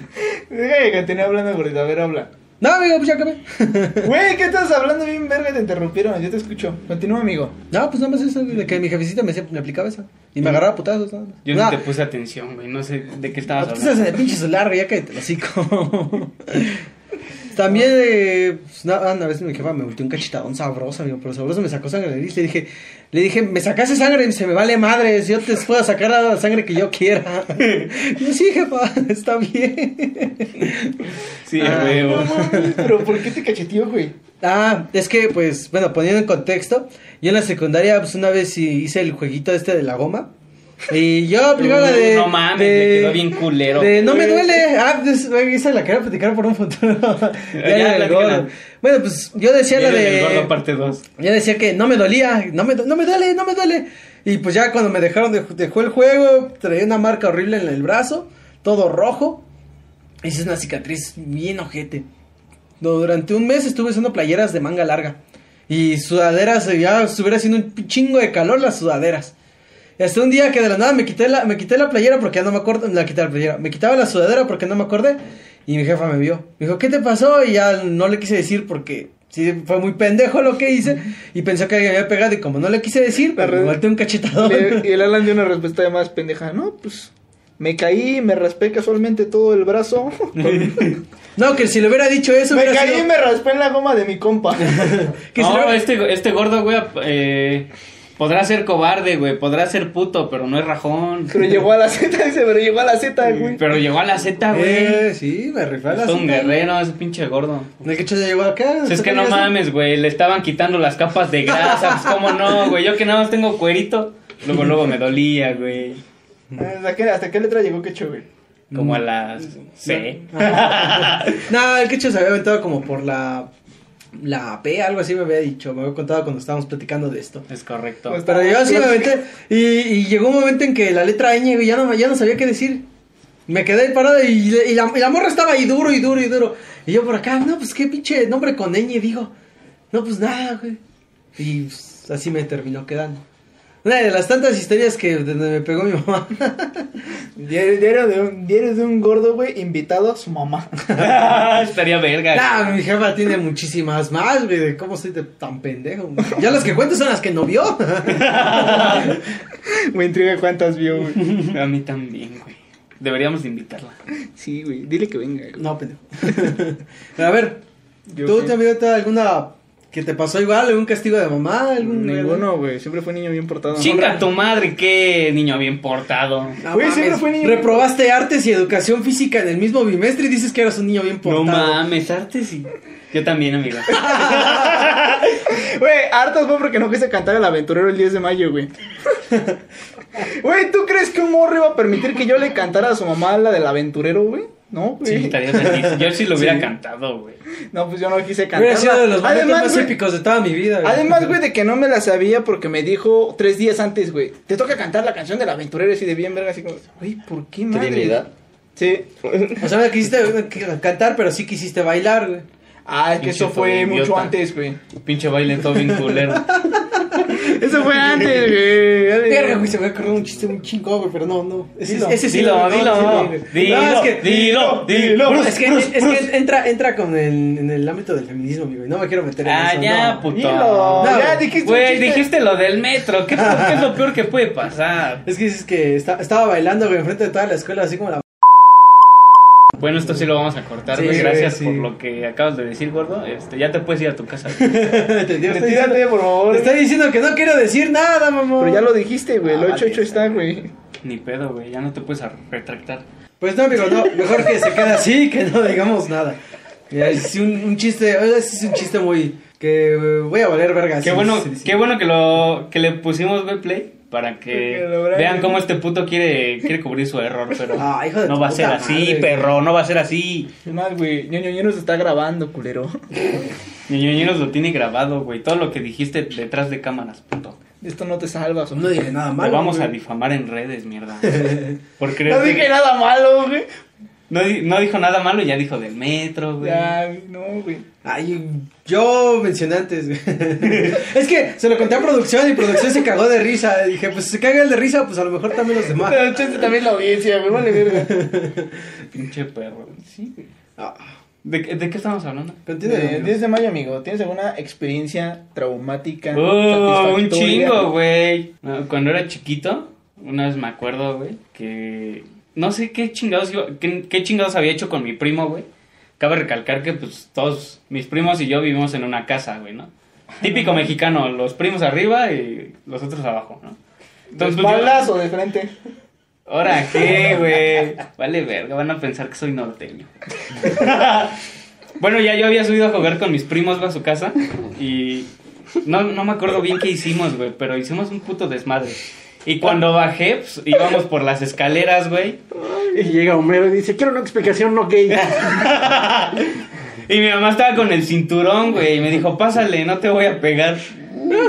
[SPEAKER 3] Deja de que tenía hablando, gordito. A ver, habla.
[SPEAKER 1] No, amigo, pues ya acabé.
[SPEAKER 3] Güey, ¿qué estás hablando bien, verga? Te interrumpieron. Yo te escucho. Continúa, amigo.
[SPEAKER 1] No, pues nada más eso, güey, de que mi jefecita me, hacía- me aplicaba eso. Y me agarraba putazos, ¿no?
[SPEAKER 2] Yo
[SPEAKER 1] no,
[SPEAKER 2] ni te puse atención, güey. No sé de qué estabas
[SPEAKER 1] no, pues
[SPEAKER 3] <laughs>
[SPEAKER 1] ese
[SPEAKER 2] hablando.
[SPEAKER 1] de pinche celular, güey, ya que te lo hocico. También, eh, pues, na- ah, una vez mi jefa me volteó un cachetadón sabroso, amigo, pero sabroso me sacó sangre de nariz. Le dije, le dije, me sacaste sangre y se me vale madres, yo te puedo sacar la sangre que yo
[SPEAKER 2] <laughs>
[SPEAKER 1] quiera. Y yo, sí, jefa, <laughs> está bien.
[SPEAKER 2] Sí, a
[SPEAKER 1] Ah.
[SPEAKER 2] huevo.
[SPEAKER 3] <laughs> No mames, Pero ¿por qué te cacheteó, güey?
[SPEAKER 1] Ah, es que, pues, bueno, poniendo en contexto, yo en la secundaria, pues, una vez sí hice el jueguito este de la goma. Y yo
[SPEAKER 2] <laughs>
[SPEAKER 1] aplicaba la de...
[SPEAKER 2] No mames,
[SPEAKER 1] de-
[SPEAKER 2] me quedó bien culero.
[SPEAKER 1] de no me duele. Ah, pues, güey, esa la quería platicar por un futuro. <laughs> Ya
[SPEAKER 2] Ya,
[SPEAKER 1] era el
[SPEAKER 2] platícala.
[SPEAKER 1] gordo. Bueno, pues, yo decía la
[SPEAKER 2] Eres el
[SPEAKER 1] de...
[SPEAKER 2] gordo parte 2.
[SPEAKER 1] Yo decía que no me dolía, no me, do- no me duele, no me duele. Y pues ya cuando me dejaron, de, dejó el juego, traía una marca horrible en el brazo, todo rojo. Hice una cicatriz bien ojete. No, Durante un mes estuve usando playeras de manga larga. Y sudaderas, eh, ya estuviera haciendo un chingo de calor las sudaderas. Y hasta un día que de la nada me quité la, me quité la playera porque ya no me acuerdo, la quité la playera, me quitaba la sudadera porque no me acordé y mi jefa me vio. Me dijo, ¿qué te pasó? Y ya no le quise decir porque sí, fue muy pendejo lo que hice y pensó que alguien me había pegado y como no le quise decir,
[SPEAKER 3] La
[SPEAKER 1] pues, me
[SPEAKER 3] red-
[SPEAKER 1] volteé un cachetadón.
[SPEAKER 3] Le- y el Alan dio una respuesta de más pendeja. No, pues me caí, me raspé casualmente todo el brazo.
[SPEAKER 1] <laughs>
[SPEAKER 3] <laughs>
[SPEAKER 1] No, que si le hubiera dicho eso,
[SPEAKER 3] me
[SPEAKER 1] hubiera
[SPEAKER 3] caí
[SPEAKER 1] sido-
[SPEAKER 3] y me raspé en la goma de mi <laughs> compa.
[SPEAKER 1] que si le <laughs>
[SPEAKER 2] No,
[SPEAKER 1] hubiera-
[SPEAKER 2] este, este gordo, güey, eh, podrá ser cobarde, güey. Podrá ser puto, pero no es rajón.
[SPEAKER 3] pero llegó a la Z, dice, pero llegó a la Z, güey.
[SPEAKER 2] Pero llegó a la Z, güey.
[SPEAKER 1] Eh, sí, me rifé
[SPEAKER 2] Es
[SPEAKER 1] la
[SPEAKER 2] un
[SPEAKER 1] cinta.
[SPEAKER 2] guerrero, ese pinche gordo.
[SPEAKER 1] De que hecho ya llegó
[SPEAKER 3] Ah,
[SPEAKER 1] acá.
[SPEAKER 2] Pues es que no mames, güey, le estaban quitando las capas de grasa, pues cómo no, güey, yo que nada más tengo cuerito, luego luego me dolía, güey.
[SPEAKER 3] ¿Hasta qué, hasta qué letra llegó que güey?
[SPEAKER 2] Como a las
[SPEAKER 3] Mm,
[SPEAKER 2] C.
[SPEAKER 1] <laughs> No, el quecho se había aventado como por la. La P, algo así me había dicho. Me había contado cuando estábamos platicando de esto.
[SPEAKER 2] Es correcto.
[SPEAKER 3] Pues-
[SPEAKER 1] Pero yo sí me aventé. Y, y llegó un momento en que la letra ñ, güey, ya no, ya no sabía qué decir. Me quedé ahí parado y, y la, y la morra estaba ahí duro y duro y duro. Y yo por acá, no, pues qué pinche nombre con ñ, digo. No, pues nada, güey. Y pues, así me terminó quedando. Una de las tantas historias que de- de- me pegó mi mamá. <laughs>
[SPEAKER 3] Diario, diario de un, diario de un gordo, güey, invitado a su <laughs> mamá.
[SPEAKER 2] <laughs> Estaría verga.
[SPEAKER 1] Ah, mi jefa tiene muchísimas más, güey. de ¿Cómo soy de- tan pendejo? güey. Ya las que cuento son las que no vio.
[SPEAKER 3] <laughs> Me intriga cuántas vio, <laughs> güey.
[SPEAKER 2] A mí también, güey. Deberíamos de invitarla.
[SPEAKER 3] Sí, güey, dile que venga. güey.
[SPEAKER 1] No, pendejo. A ver,
[SPEAKER 3] Yo
[SPEAKER 1] ¿tú
[SPEAKER 3] qué.
[SPEAKER 1] te había dado alguna que te pasó igual? ¿Algún castigo de mamá? ¿Algún,
[SPEAKER 3] Ninguno, güey, siempre fue niño bien portado.
[SPEAKER 2] Chinga tu madre, qué niño bien portado.
[SPEAKER 1] No
[SPEAKER 3] Güey,
[SPEAKER 1] mames,
[SPEAKER 3] siempre fue niño-
[SPEAKER 1] Reprobaste artes y educación física en el mismo bimestre y dices que eras un niño bien portado.
[SPEAKER 2] No mames, arte sí. Yo también, amigo.
[SPEAKER 3] Güey, hartas fue porque no quise cantar el aventurero el 10 de mayo, güey. Güey, ¿tú crees que un morro iba a permitir que yo le cantara a su mamá la del aventurero, güey? No,
[SPEAKER 2] Sí,
[SPEAKER 3] güey.
[SPEAKER 2] estaría feliz. Yo sí lo hubiera cantado, güey.
[SPEAKER 3] no, pues yo no quise cantar.
[SPEAKER 1] Hubiera sido de los momentos más
[SPEAKER 3] güey,
[SPEAKER 1] épicos de toda mi vida. güey.
[SPEAKER 3] Además, güey, de que no me la sabía porque me dijo tres días antes, güey. Te toca cantar la canción del aventurero así de bien verga, así como, güey, ¿por qué madre?
[SPEAKER 4] Trinidad.
[SPEAKER 3] Sí.
[SPEAKER 1] O sea, no quisiste eh, cantar, pero sí quisiste bailar, güey.
[SPEAKER 3] Ah, es que
[SPEAKER 2] Pinche
[SPEAKER 3] eso fue
[SPEAKER 2] idiota.
[SPEAKER 3] mucho antes, güey.
[SPEAKER 2] Pinche baile todo bien culero.
[SPEAKER 3] Eso fue antes, güey.
[SPEAKER 1] Verga, güey, se me ocurrió un chiste muy chingón, güey, pero no, no. Ese,
[SPEAKER 2] Dilo,
[SPEAKER 1] ese sí
[SPEAKER 2] dilo,
[SPEAKER 1] no,
[SPEAKER 2] dilo,
[SPEAKER 1] sí, güey.
[SPEAKER 2] dilo,
[SPEAKER 1] No, es que-
[SPEAKER 2] dilo, dilo.
[SPEAKER 1] No, Es que, es que entra, entra con el, en el ámbito del feminismo, güey. No me quiero meter en
[SPEAKER 2] Ah,
[SPEAKER 1] eso.
[SPEAKER 2] ya,
[SPEAKER 1] no.
[SPEAKER 2] puto.
[SPEAKER 3] Dilo.
[SPEAKER 1] No,
[SPEAKER 3] ya
[SPEAKER 1] güey.
[SPEAKER 3] dijiste un
[SPEAKER 2] Güey,
[SPEAKER 3] chiste.
[SPEAKER 2] dijiste lo del metro. ¿Qué, qué es lo peor que puede pasar?
[SPEAKER 1] Es que dices que esta- estaba bailando, güey, enfrente de toda la escuela, así como la. <laughs>
[SPEAKER 2] Bueno, esto sí lo vamos a cortar,
[SPEAKER 1] Sí,
[SPEAKER 2] güey.
[SPEAKER 1] güey,
[SPEAKER 2] Gracias
[SPEAKER 1] sí.
[SPEAKER 2] por lo que acabas de decir, gordo. Este, ya te puedes ir a
[SPEAKER 1] <laughs>
[SPEAKER 2] tu casa.
[SPEAKER 1] Te- te estoy diciendo-
[SPEAKER 3] Retírate, por
[SPEAKER 1] te
[SPEAKER 3] favor.
[SPEAKER 1] estoy diciendo que no quiero decir nada, mamón.
[SPEAKER 3] Pero ya lo dijiste, güey.
[SPEAKER 2] Ah,
[SPEAKER 3] lo hecho,
[SPEAKER 2] vale,
[SPEAKER 3] hecho está, güey.
[SPEAKER 2] Ni pedo, güey. Ya no te puedes ar- retractar.
[SPEAKER 1] Pues no, amigo, no. Mejor que se quede así, que no digamos nada. Mira, es un, un chiste, oye, ese es un chiste muy. que eh, voy a valer verga.
[SPEAKER 2] Qué
[SPEAKER 1] sí,
[SPEAKER 2] bueno,
[SPEAKER 1] sí, sí.
[SPEAKER 2] qué bueno que lo que le pusimos güey, play para que
[SPEAKER 3] Que lo habrá-
[SPEAKER 2] vean cómo este puto quiere quiere cubrir su error, pero
[SPEAKER 1] <laughs> Ah, hijo de
[SPEAKER 2] no
[SPEAKER 1] tu
[SPEAKER 2] va a ser
[SPEAKER 1] puta
[SPEAKER 2] así,
[SPEAKER 1] madre.
[SPEAKER 2] perro, no va a ser así.
[SPEAKER 3] Además, güey, ñoño Ñero se está grabando, culero.
[SPEAKER 2] Ñoñeros lo tiene grabado, güey, todo lo que dijiste detrás de cámaras, puto.
[SPEAKER 3] Esto no te salvas,
[SPEAKER 1] No
[SPEAKER 3] hombre.
[SPEAKER 1] dije nada malo.
[SPEAKER 2] Te vamos
[SPEAKER 1] güey.
[SPEAKER 2] a difamar en redes, mierda.
[SPEAKER 1] <laughs>
[SPEAKER 2] Por creer
[SPEAKER 3] No
[SPEAKER 2] que-
[SPEAKER 3] dije nada malo, güey.
[SPEAKER 2] no di- no dijo nada malo, ya dijo del metro, güey.
[SPEAKER 3] Ya, no, güey.
[SPEAKER 1] Ay, yo mencioné antes. güey. <laughs> es que se lo conté a producción y producción se cagó de risa. Dije, pues si se caga el de risa, pues a lo mejor también los demás.
[SPEAKER 3] Pero echaste también la audiencia, güey. Vale, verga.
[SPEAKER 2] Pinche perro. Sí, güey.
[SPEAKER 1] Ah,
[SPEAKER 2] ¿De, qué- de qué estamos hablando?
[SPEAKER 1] continúa,
[SPEAKER 3] Eh,
[SPEAKER 1] amigo.
[SPEAKER 3] 10 de mayo, amigo. ¿Tienes alguna experiencia traumática?
[SPEAKER 2] Oh, un
[SPEAKER 3] satisfactoria?
[SPEAKER 2] chingo, güey. No, Cuando era chiquito, una vez me acuerdo, güey, que no sé qué chingados iba- qué, qué chingados había hecho con mi primo, güey. Cabe recalcar que pues todos mis primos y yo vivimos en una casa, güey, ¿no? <laughs> Típico mexicano, los primos arriba y los otros abajo, ¿no?
[SPEAKER 3] ¿De
[SPEAKER 2] Entonces, pues, yo-
[SPEAKER 3] espaldas o de frente?
[SPEAKER 2] ¿Ahora qué, güey? Vale, verga, van a pensar que soy norteño. bueno, ya yo había subido a jugar con mis primos güey, a su casa y no, no me acuerdo bien qué hicimos, güey, pero hicimos un puto desmadre. Y cuando bajé, pues, íbamos por las escaleras, güey,
[SPEAKER 5] Y llega Homero y dice, quiero una explicación no gay.
[SPEAKER 2] y mi mamá estaba con el cinturón, güey, y me dijo, pásale, no te voy a pegar.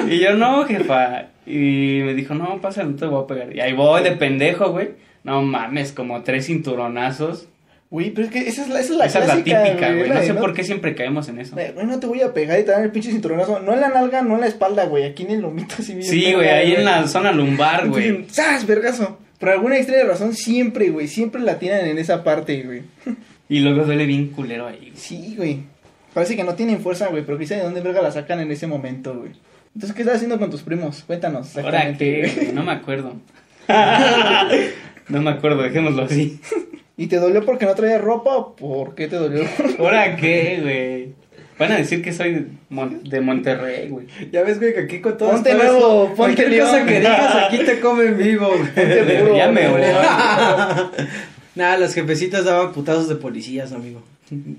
[SPEAKER 2] Y yo, no, jefa. Y me dijo, no, pásale, no te voy a pegar. Y ahí voy de pendejo, güey. No mames, como tres cinturonazos.
[SPEAKER 3] Güey, pero es que esa es la, esa es la
[SPEAKER 2] Esa
[SPEAKER 3] clásica,
[SPEAKER 2] es la típica, güey. No
[SPEAKER 3] la de Eh,
[SPEAKER 2] sé por qué siempre caemos en eso.
[SPEAKER 3] Güey, no te voy a pegar y te dan el pinche cinturonazo. No en la nalga, no en la espalda, güey. Aquí en el lomito, así bien
[SPEAKER 2] Sí,
[SPEAKER 3] verga,
[SPEAKER 2] güey, ahí en la zona lumbar, güey.
[SPEAKER 3] ¡Sas, vergazo! Por alguna extraña razón, siempre, güey. Siempre la tiran en esa parte, güey.
[SPEAKER 2] Y luego duele bien culero ahí. güey.
[SPEAKER 3] Sí, güey. Parece que no tienen fuerza, güey. Pero quizá de dónde verga la sacan en ese momento, güey. Entonces, ¿qué estás haciendo con tus primos? Cuéntanos.
[SPEAKER 2] Ahora
[SPEAKER 3] exactamente,
[SPEAKER 2] que
[SPEAKER 3] güey.
[SPEAKER 2] no me acuerdo. <laughs> No me acuerdo, dejémoslo así.
[SPEAKER 3] ¿Y te dolió porque no traías ropa o por qué te dolió? <laughs>
[SPEAKER 2] Ahora qué, güey. Van a decir que soy de Mon- de Monterrey, güey.
[SPEAKER 1] Ya ves, güey, que aquí con todo
[SPEAKER 3] Ponte nuevo, ponte
[SPEAKER 1] Cualquier cosa
[SPEAKER 3] león.
[SPEAKER 1] que
[SPEAKER 3] <laughs>
[SPEAKER 1] digas, aquí te comen vivo, güey.
[SPEAKER 3] duro,
[SPEAKER 2] Ya me voy.
[SPEAKER 3] güey.
[SPEAKER 1] <laughs> Nada, las jefecitas daban putazos de policías, amigo.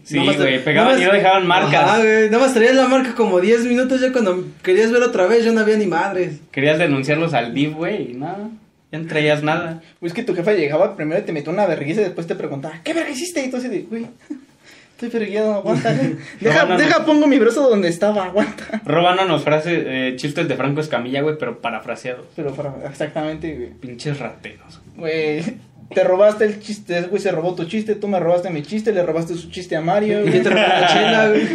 [SPEAKER 2] Sí,
[SPEAKER 1] Nada más te-
[SPEAKER 2] güey, pegaban
[SPEAKER 1] nada
[SPEAKER 2] y
[SPEAKER 1] más-
[SPEAKER 2] no dejaban
[SPEAKER 1] Ajá,
[SPEAKER 2] marcas.
[SPEAKER 1] güey, nada más traías la marca como 10 minutos. Ya cuando querías ver otra vez, ya no había ni madres.
[SPEAKER 2] Querías denunciarlos al DIF, güey, y nada. Ya no traías nada.
[SPEAKER 3] Pues que tu jefa llegaba primero y te metió una vergüenza y después te preguntaba, ¿qué verga hiciste? Y tú así de, güey, <laughs> estoy
[SPEAKER 2] <laughs>
[SPEAKER 3] verguiado, aguanta. güey. Deja,
[SPEAKER 2] No, no, no.
[SPEAKER 3] deja pongo mi brazo donde estaba, aguanta.
[SPEAKER 2] Robándonos frases, eh, chistes de Franco Escamilla, güey, pero parafraseados.
[SPEAKER 3] Pero para- exactamente, güey.
[SPEAKER 2] Pinches rateros.
[SPEAKER 3] Güey, te robaste el chiste, güey, se robó tu chiste, tú me robaste mi chiste, le robaste su chiste a Mario.
[SPEAKER 1] Y yo
[SPEAKER 3] güey.
[SPEAKER 1] te robé la chela, güey.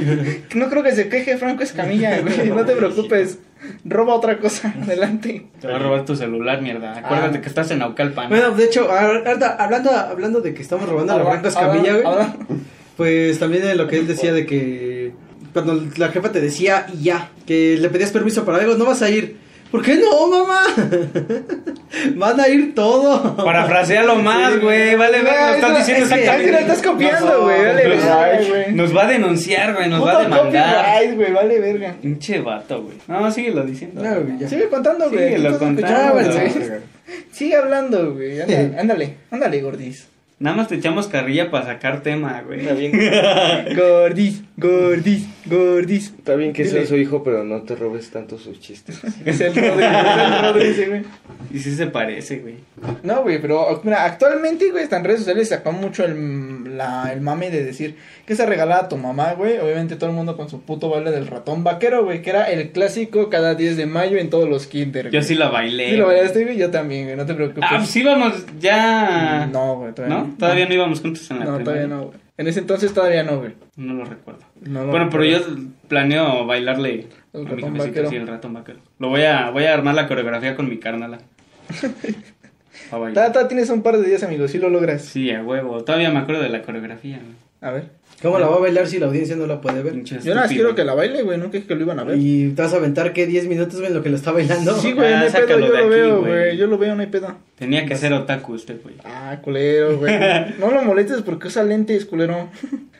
[SPEAKER 3] No creo que se queje Franco Escamilla, güey, no te preocupes. Roba otra cosa, <laughs> adelante.
[SPEAKER 2] Te va a robar tu celular, mierda. Acuérdate
[SPEAKER 3] Ah.
[SPEAKER 2] que estás en Aucalpan.
[SPEAKER 1] Bueno, de hecho, ahor- ahorita, hablando, hablando de que estamos robando a la Franco Escamilla, güey.
[SPEAKER 3] Ahora-
[SPEAKER 1] Pues también de lo que él decía de que cuando la jefa te decía y ya, que le pedías permiso para algo, no vas a ir. ¿Por qué no, mamá? <laughs> Van a ir todo.
[SPEAKER 3] <laughs>
[SPEAKER 2] Parafrasealo más, güey. Vale,
[SPEAKER 3] Güey,
[SPEAKER 2] vale. Lo estás
[SPEAKER 3] eso-
[SPEAKER 2] diciendo
[SPEAKER 1] es que-
[SPEAKER 3] Ay,
[SPEAKER 2] exactamente.
[SPEAKER 3] si lo estás copiando, güey, vale,
[SPEAKER 2] Nos-
[SPEAKER 3] verga, güey.
[SPEAKER 2] Nos va a denunciar, güey. Nos va a
[SPEAKER 3] Puto
[SPEAKER 2] demandar.
[SPEAKER 3] copyright, güey, vale verga.
[SPEAKER 2] Pinche vato, güey. No, síguelo diciendo.
[SPEAKER 1] No, güey, ya.
[SPEAKER 3] Sigue contando, güey.
[SPEAKER 2] Síguelo
[SPEAKER 3] Estás
[SPEAKER 2] contando,
[SPEAKER 3] escuchando,
[SPEAKER 2] güey.
[SPEAKER 3] güey. <laughs> Sigue hablando, güey. Ándale, ándale, ándale, gordis.
[SPEAKER 2] Nada más te echamos carrilla para sacar tema, güey.
[SPEAKER 4] Está bien, está
[SPEAKER 1] <laughs>
[SPEAKER 3] Gordis, gordis, gordis.
[SPEAKER 4] bien que sea
[SPEAKER 3] Dile.
[SPEAKER 4] su hijo, pero no te robes tanto sus chistes.
[SPEAKER 3] Es el Rodri, es el Rodri ese, güey.
[SPEAKER 2] Y sí se parece, güey.
[SPEAKER 3] No, güey, pero mira, actualmente, güey, hasta en redes sociales sacó mucho el, la- el mame de decir que se regalaba a tu mamá, güey. Obviamente todo el mundo con su puto baile del ratón vaquero, güey, que era el clásico cada 10 de mayo en todos los kinder.
[SPEAKER 2] Yo
[SPEAKER 3] güey.
[SPEAKER 2] sí la bailé.
[SPEAKER 3] Sí lo
[SPEAKER 2] güey.
[SPEAKER 3] bailaste, güey, yo también, güey, no te preocupes.
[SPEAKER 2] Ah, pues íbamos ya.
[SPEAKER 3] No, güey, todavía
[SPEAKER 2] ¿No? Todavía no íbamos juntos en la
[SPEAKER 3] No, todavía
[SPEAKER 2] primaria.
[SPEAKER 3] no, güey. En ese entonces todavía no, güey.
[SPEAKER 2] No lo recuerdo.
[SPEAKER 3] No lo
[SPEAKER 2] bueno, pero yo
[SPEAKER 3] recuerdo.
[SPEAKER 2] planeo bailarle
[SPEAKER 3] El
[SPEAKER 2] a mi
[SPEAKER 3] ratón
[SPEAKER 2] jefecito,
[SPEAKER 3] vaquero.
[SPEAKER 2] sí, el ratón vaquero. Lo voy a, voy a armar la coreografía con mi
[SPEAKER 3] <laughs>
[SPEAKER 2] carnala. Pa' bailar.
[SPEAKER 3] Tata, tienes un par de días, amigos, si lo logras.
[SPEAKER 2] Sí, a huevo. Todavía me acuerdo de la coreografía. güey.
[SPEAKER 3] A ver.
[SPEAKER 1] ¿Cómo la va a bailar si la audiencia no la puede ver?
[SPEAKER 2] Pinche
[SPEAKER 3] Yo nada más
[SPEAKER 2] estúpido.
[SPEAKER 3] quiero que la baile, güey, nunca dije que lo iban a ver.
[SPEAKER 1] Y te vas a aventar que 10 minutos en lo que lo está bailando.
[SPEAKER 3] Sí, güey,
[SPEAKER 2] Ah,
[SPEAKER 3] no hay pedo,
[SPEAKER 2] sácalo
[SPEAKER 3] yo
[SPEAKER 2] de
[SPEAKER 3] lo
[SPEAKER 2] aquí,
[SPEAKER 3] veo,
[SPEAKER 2] güey.
[SPEAKER 3] güey, yo lo veo, no hay pedo.
[SPEAKER 2] Tenía que ser otaku usted,
[SPEAKER 3] <laughs>
[SPEAKER 2] güey.
[SPEAKER 3] Ah,
[SPEAKER 2] <laughs>
[SPEAKER 3] culero, güey. No lo molestes porque usa lentes, culero.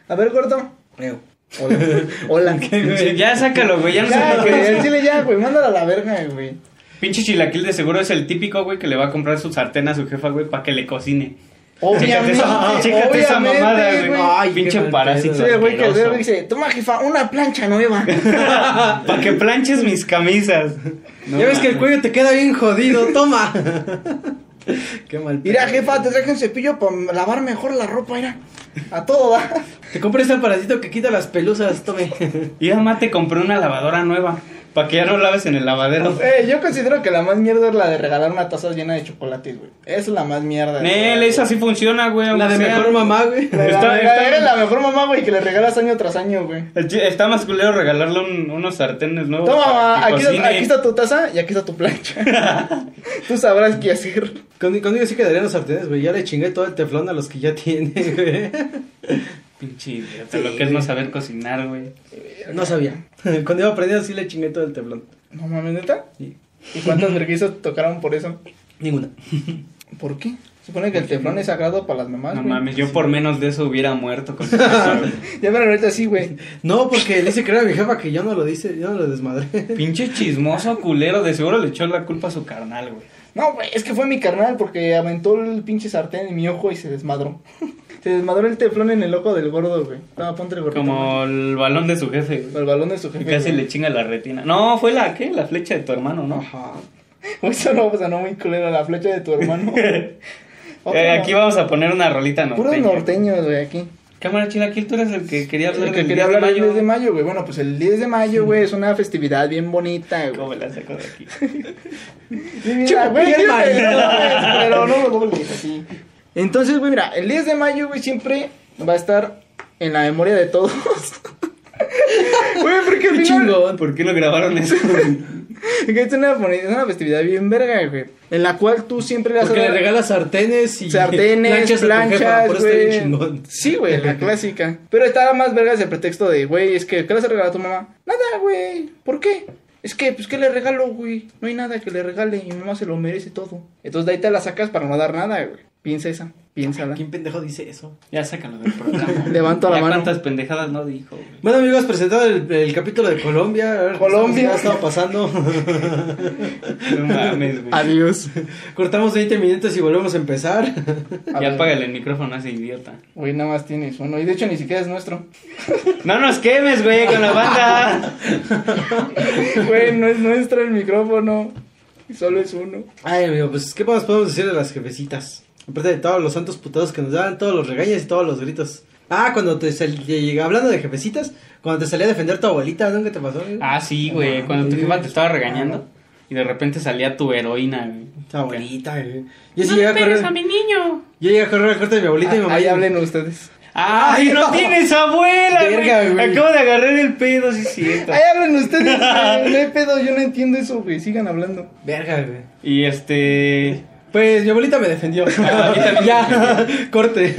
[SPEAKER 3] A ver, gordo.
[SPEAKER 1] Creo.
[SPEAKER 3] Hola. Hola.
[SPEAKER 2] Sí, Ya sácalo, güey. Ya no
[SPEAKER 3] Ya,
[SPEAKER 2] sé por
[SPEAKER 3] güey,
[SPEAKER 2] qué.
[SPEAKER 3] al chile ya, güey, mándala a la verga, güey.
[SPEAKER 2] Pinche chilaquil de seguro es el típico, güey, que le va a comprar su sartén a su jefa, güey, para que le
[SPEAKER 3] <laughs>
[SPEAKER 2] cocine. Chécate esa, chécate esa
[SPEAKER 3] obviamente,
[SPEAKER 2] mamada,
[SPEAKER 3] güey.
[SPEAKER 2] güey.
[SPEAKER 1] Ay, qué
[SPEAKER 2] pinche
[SPEAKER 1] mal
[SPEAKER 2] parásito.
[SPEAKER 1] pedo.
[SPEAKER 3] Sí, güey, que
[SPEAKER 2] asqueroso.
[SPEAKER 3] luego dice, toma jefa, una
[SPEAKER 2] <laughs>
[SPEAKER 3] plancha nueva.
[SPEAKER 2] Para que planches mis camisas. No
[SPEAKER 1] ya ves que el
[SPEAKER 2] mames.
[SPEAKER 1] cuello te queda bien jodido, toma. <laughs> Qué mal. pedo.
[SPEAKER 3] Mira, jefa, te traje un cepillo para lavar mejor la ropa, mira. A
[SPEAKER 2] <laughs>
[SPEAKER 3] todo da.
[SPEAKER 1] Te compré este aparatito que quita las pelusas, tome.
[SPEAKER 2] Y además te compré una lavadora nueva. Para que ya no laves en el lavadero.
[SPEAKER 3] Eh, yo considero que la más mierda es la de regalar una taza llena de chocolates, güey. Es la más mierda.
[SPEAKER 2] Nel,
[SPEAKER 3] güey.
[SPEAKER 2] esa sí funciona, güey.
[SPEAKER 1] <laughs> La
[SPEAKER 2] aunque
[SPEAKER 1] de
[SPEAKER 2] sea.
[SPEAKER 1] mejor mamá, güey.
[SPEAKER 3] La-
[SPEAKER 2] Está-
[SPEAKER 3] la-
[SPEAKER 2] está-
[SPEAKER 3] Eres la mejor mamá, güey, que le regalas año tras año, güey.
[SPEAKER 2] Está más culero regalarle un- unos sartenes nuevos.
[SPEAKER 3] Toma,
[SPEAKER 2] para
[SPEAKER 3] mamá,
[SPEAKER 2] que
[SPEAKER 3] aquí,
[SPEAKER 2] cocine.
[SPEAKER 3] aquí está tu taza y aquí está tu plancha.
[SPEAKER 2] <laughs>
[SPEAKER 3] Tú sabrás qué hacer.
[SPEAKER 1] Con- Conmigo sí quedarían los sartenes, güey. Ya le chingué todo el teflón a los que ya tiene, güey.
[SPEAKER 2] Pinche idiota, lo que es no saber cocinar, güey.
[SPEAKER 1] No sabía. Cuando iba aprendiendo sí le chingué todo el teflón.
[SPEAKER 3] No mames, neta.
[SPEAKER 1] Sí.
[SPEAKER 3] ¿Y cuántas vergüenzas te tocaron por eso?
[SPEAKER 1] Ninguna.
[SPEAKER 3] ¿Por qué? Supone que el teflón es sagrado para las mamás.
[SPEAKER 2] No
[SPEAKER 3] güey.
[SPEAKER 2] mames, yo por menos de eso hubiera muerto
[SPEAKER 3] <laughs>
[SPEAKER 2] con eso, güey.
[SPEAKER 3] Ya me ahorita sí, güey.
[SPEAKER 1] No, porque le hice creer a mi jefa que yo no lo dice, yo no lo desmadré. <laughs>
[SPEAKER 2] Pinche chismoso culero, de seguro le echó la culpa a su carnal, güey.
[SPEAKER 3] No, güey, es que fue mi carnal porque aventó el pinche sartén en mi ojo y se desmadró. <laughs> Se desmadró el teflón en el ojo del gordo, güey. Estaba ponte el gorrito.
[SPEAKER 2] Como el balón de su jefe,
[SPEAKER 3] güey.
[SPEAKER 2] güey.
[SPEAKER 3] O el balón de su
[SPEAKER 2] Que
[SPEAKER 3] jefe.
[SPEAKER 2] Casi
[SPEAKER 3] güey.
[SPEAKER 2] le chinga la retina. No, fue la, ¿qué? La flecha de tu hermano, ¿no? <laughs>
[SPEAKER 1] Ajá.
[SPEAKER 3] Güey, Eso no, pues no muy culero, la flecha de tu hermano. Ojo,
[SPEAKER 2] Eh, aquí
[SPEAKER 3] no.
[SPEAKER 2] vamos a poner una rolita norteña.
[SPEAKER 3] Puros norteños, güey, aquí.
[SPEAKER 2] Cámara Chilaquil, tú eres el que quería hablar
[SPEAKER 3] El que
[SPEAKER 2] del 10
[SPEAKER 3] quería
[SPEAKER 2] de
[SPEAKER 3] hablar del
[SPEAKER 2] mayo.
[SPEAKER 3] 10 de mayo, güey. Bueno, pues el 10 de mayo, güey, es una festividad bien bonita,
[SPEAKER 2] ¿Cómo
[SPEAKER 3] güey.
[SPEAKER 2] me la saco de aquí?
[SPEAKER 3] Sí, mira,
[SPEAKER 1] Chupo,
[SPEAKER 3] güey,
[SPEAKER 1] pilla el
[SPEAKER 3] quiero que
[SPEAKER 1] marido.
[SPEAKER 3] lo hagas, Pero no
[SPEAKER 1] <laughs>
[SPEAKER 3] lo dobles así. Entonces, güey, mira, el 10 de mayo, güey, siempre va a estar en la memoria de
[SPEAKER 1] <laughs>
[SPEAKER 3] todos. Güey, porque al
[SPEAKER 1] Qué
[SPEAKER 3] final-
[SPEAKER 1] chingón.
[SPEAKER 2] ¿Por qué no grabaron eso?
[SPEAKER 3] que Es una, boni- es una festividad bien verga, güey. En la cual tú siempre le vas a
[SPEAKER 1] Porque le
[SPEAKER 3] dar-
[SPEAKER 1] regalas sartenes y
[SPEAKER 3] sartenes,
[SPEAKER 1] a tu jefa,
[SPEAKER 3] planchas,
[SPEAKER 1] por eso está bien
[SPEAKER 3] güey.
[SPEAKER 1] chingón.
[SPEAKER 3] Sí, güey,
[SPEAKER 1] <laughs>
[SPEAKER 3] la clásica. Pero estaba más vergas el pretexto de, güey, es que, ¿qué le vas a regalar a tu mamá? Nada, güey, ¿por qué? Es que, pues, ¿qué le regalo, güey? No hay nada que le regale, mi mamá se lo merece todo. Entonces de ahí te la sacas para no dar nada, güey. Piensa esa, piénsala.
[SPEAKER 1] ¿Quién pendejo dice eso?
[SPEAKER 2] <laughs> ya sácalo del programa.
[SPEAKER 3] Levanto la
[SPEAKER 2] Ya
[SPEAKER 3] mano.
[SPEAKER 2] cuántas pendejadas no dijo, güey.
[SPEAKER 1] Bueno, amigos, presentado el, el capítulo de Colombia. A ver qué
[SPEAKER 3] Colombia.
[SPEAKER 1] estaba pasando. <laughs>
[SPEAKER 2] No mames, güey.
[SPEAKER 3] Adiós.
[SPEAKER 1] Cortamos 20 minutos y volvemos a empezar. <laughs>
[SPEAKER 3] A
[SPEAKER 2] Ya
[SPEAKER 3] ver.
[SPEAKER 2] apágale el micrófono a ese idiota.
[SPEAKER 3] Güey, nada más tienes uno. Y de hecho ni siquiera es nuestro. <laughs>
[SPEAKER 2] ¡No nos quemes, güey, con la banda!
[SPEAKER 3] Güey, no es nuestro el micrófono. Y Solo es uno.
[SPEAKER 1] Ay, amigo, pues, ¿qué más podemos decir de las jefecitas? Aparte de todos los santos putados que nos daban, todos los regaños y todos los gritos. Ah, cuando te sal- lleg- hablando de jefecitas, cuando te salía a defender tu abuelita, ¿no? ¿Qué te pasó? amigo?
[SPEAKER 2] Ah, sí, güey. Cuando tu jefa te estaba regañando y de repente salía tu heroína, güey.
[SPEAKER 1] Tu abuelita, güey. Yo sí llegué a correr.
[SPEAKER 2] niño!
[SPEAKER 1] Yo llegué a correr al corte de mi abuelita y mi mamá.
[SPEAKER 3] Ah, Ahí hablen ustedes.
[SPEAKER 2] ¡Ay, no, tienes abuela,
[SPEAKER 1] Verga,
[SPEAKER 2] güey!
[SPEAKER 1] güey.
[SPEAKER 2] Acabo de agarrar el pedo, sí es cierto.
[SPEAKER 3] Ahí hablen ustedes. güey. No hay pedo, yo no entiendo eso, güey. Sigan hablando.
[SPEAKER 1] Verga, güey.
[SPEAKER 2] Y este...
[SPEAKER 1] Pues mi abuelita me defendió. <laughs>
[SPEAKER 3] <laughs>
[SPEAKER 2] Ah, a mí también me
[SPEAKER 1] ya, <laughs> corte.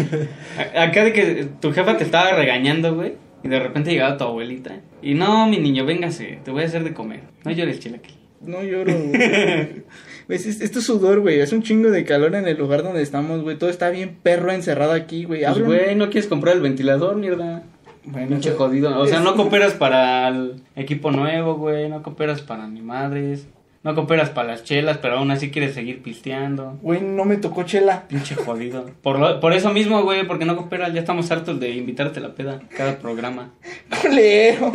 [SPEAKER 2] a- Acá de que tu jefa te estaba regañando, güey. Y de repente llegaba tu abuelita. Y no, mi niño, véngase, te voy a hacer de comer. No llores, chilaquil.
[SPEAKER 3] No lloro, güey. Ves, es- Esto es sudor, güey. Es un chingo de calor en el lugar donde estamos, güey. Todo está bien perro encerrado aquí, güey.
[SPEAKER 2] Pues,
[SPEAKER 3] Abre un-
[SPEAKER 2] güey, no quieres comprar el ventilador, mierda.
[SPEAKER 3] Bueno,
[SPEAKER 2] Pinche
[SPEAKER 3] güey.
[SPEAKER 2] jodido. O sea, no cooperas para el equipo nuevo, güey. No cooperas para ni madres. No cooperas para las chelas, pero aún así quieres seguir pisteando.
[SPEAKER 3] Güey, no me tocó chela.
[SPEAKER 2] Pinche jodido. Por, lo- por eso mismo, güey, porque no cooperas. Ya estamos hartos de invitarte a la peda cada programa.
[SPEAKER 3] <laughs> Culero.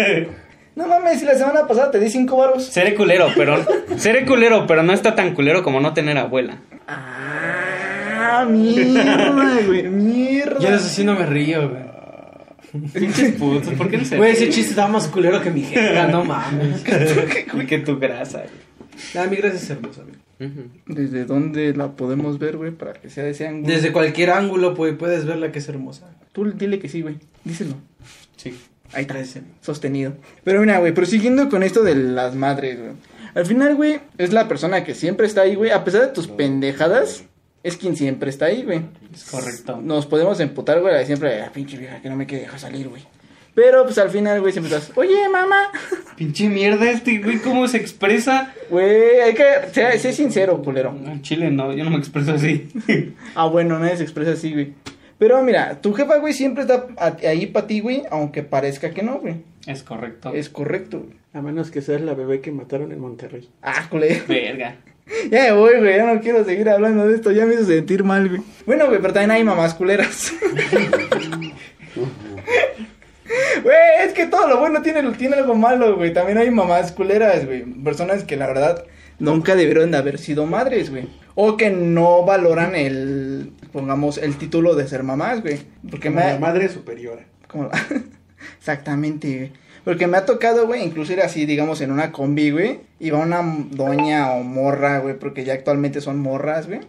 [SPEAKER 3] No mames, si la semana pasada te di cinco varos.
[SPEAKER 2] Seré culero, pero. Seré culero, pero no está tan culero como no tener abuela.
[SPEAKER 3] Ah, mierda, <laughs> güey. Mierda.
[SPEAKER 1] Yo de eso sí no me río, güey.
[SPEAKER 2] Pinches putos, ¿por qué no se
[SPEAKER 1] Güey, ese chiste estaba más culero que mi
[SPEAKER 5] <laughs>
[SPEAKER 1] jefa, no mames. <laughs>
[SPEAKER 2] Güey, que tu grasa, güey.
[SPEAKER 1] Nada, mi gracia es hermosa, amigo.
[SPEAKER 3] ¿Desde dónde la podemos ver, güey? Para que sea de ese ángulo.
[SPEAKER 1] Desde cualquier ángulo pues, puedes verla que es hermosa.
[SPEAKER 3] Tú dile que sí, güey. Díselo.
[SPEAKER 2] Sí.
[SPEAKER 3] Ahí está.
[SPEAKER 1] Parece.
[SPEAKER 3] Sostenido. Pero mira, güey, prosiguiendo con esto de las madres, güey. Al final, güey, es la persona que siempre está ahí, güey. A pesar de tus pendejadas, es quien siempre está ahí, güey.
[SPEAKER 2] Es correcto.
[SPEAKER 3] Nos podemos emputar, güey, la de siempre, la pinche vieja que no me quiere dejar salir, güey. Pero, pues, al final, güey, siempre estás, oye, mamá. <laughs>
[SPEAKER 2] Pinche mierda este, güey, ¿cómo se expresa?
[SPEAKER 3] Güey, hay que, sea, sé sincero, culero.
[SPEAKER 2] No, en Chile no, yo no me expreso así.
[SPEAKER 3] Ah, bueno, nadie se expresa así, güey. Pero mira, tu jefa, güey, siempre está a- ahí para ti, güey, aunque parezca que no, güey.
[SPEAKER 2] <laughs> Es correcto.
[SPEAKER 3] Es correcto, güey.
[SPEAKER 5] <laughs> A menos que seas la bebé que mataron en Monterrey.
[SPEAKER 3] Ah, culero.
[SPEAKER 2] Verga.
[SPEAKER 3] Ya me voy, güey, ya no quiero seguir hablando de esto, ya me hizo sentir mal, güey. Bueno, güey, pero también hay mamás culeras. <laughs> Güey, es que todo lo bueno tiene, tiene algo malo, güey. También hay mamás culeras, güey. Personas que la verdad nunca debieron de haber sido madres, güey. O que no valoran el, pongamos, el título de ser mamás, güey. Porque
[SPEAKER 7] Como
[SPEAKER 3] me ha-
[SPEAKER 7] la madre superiora.
[SPEAKER 3] como <laughs> la- Exactamente, güey. Porque me ha tocado, güey, incluso ir así, digamos, en una combi, güey. Y va una m- doña o morra, güey, porque ya actualmente son morras, güey.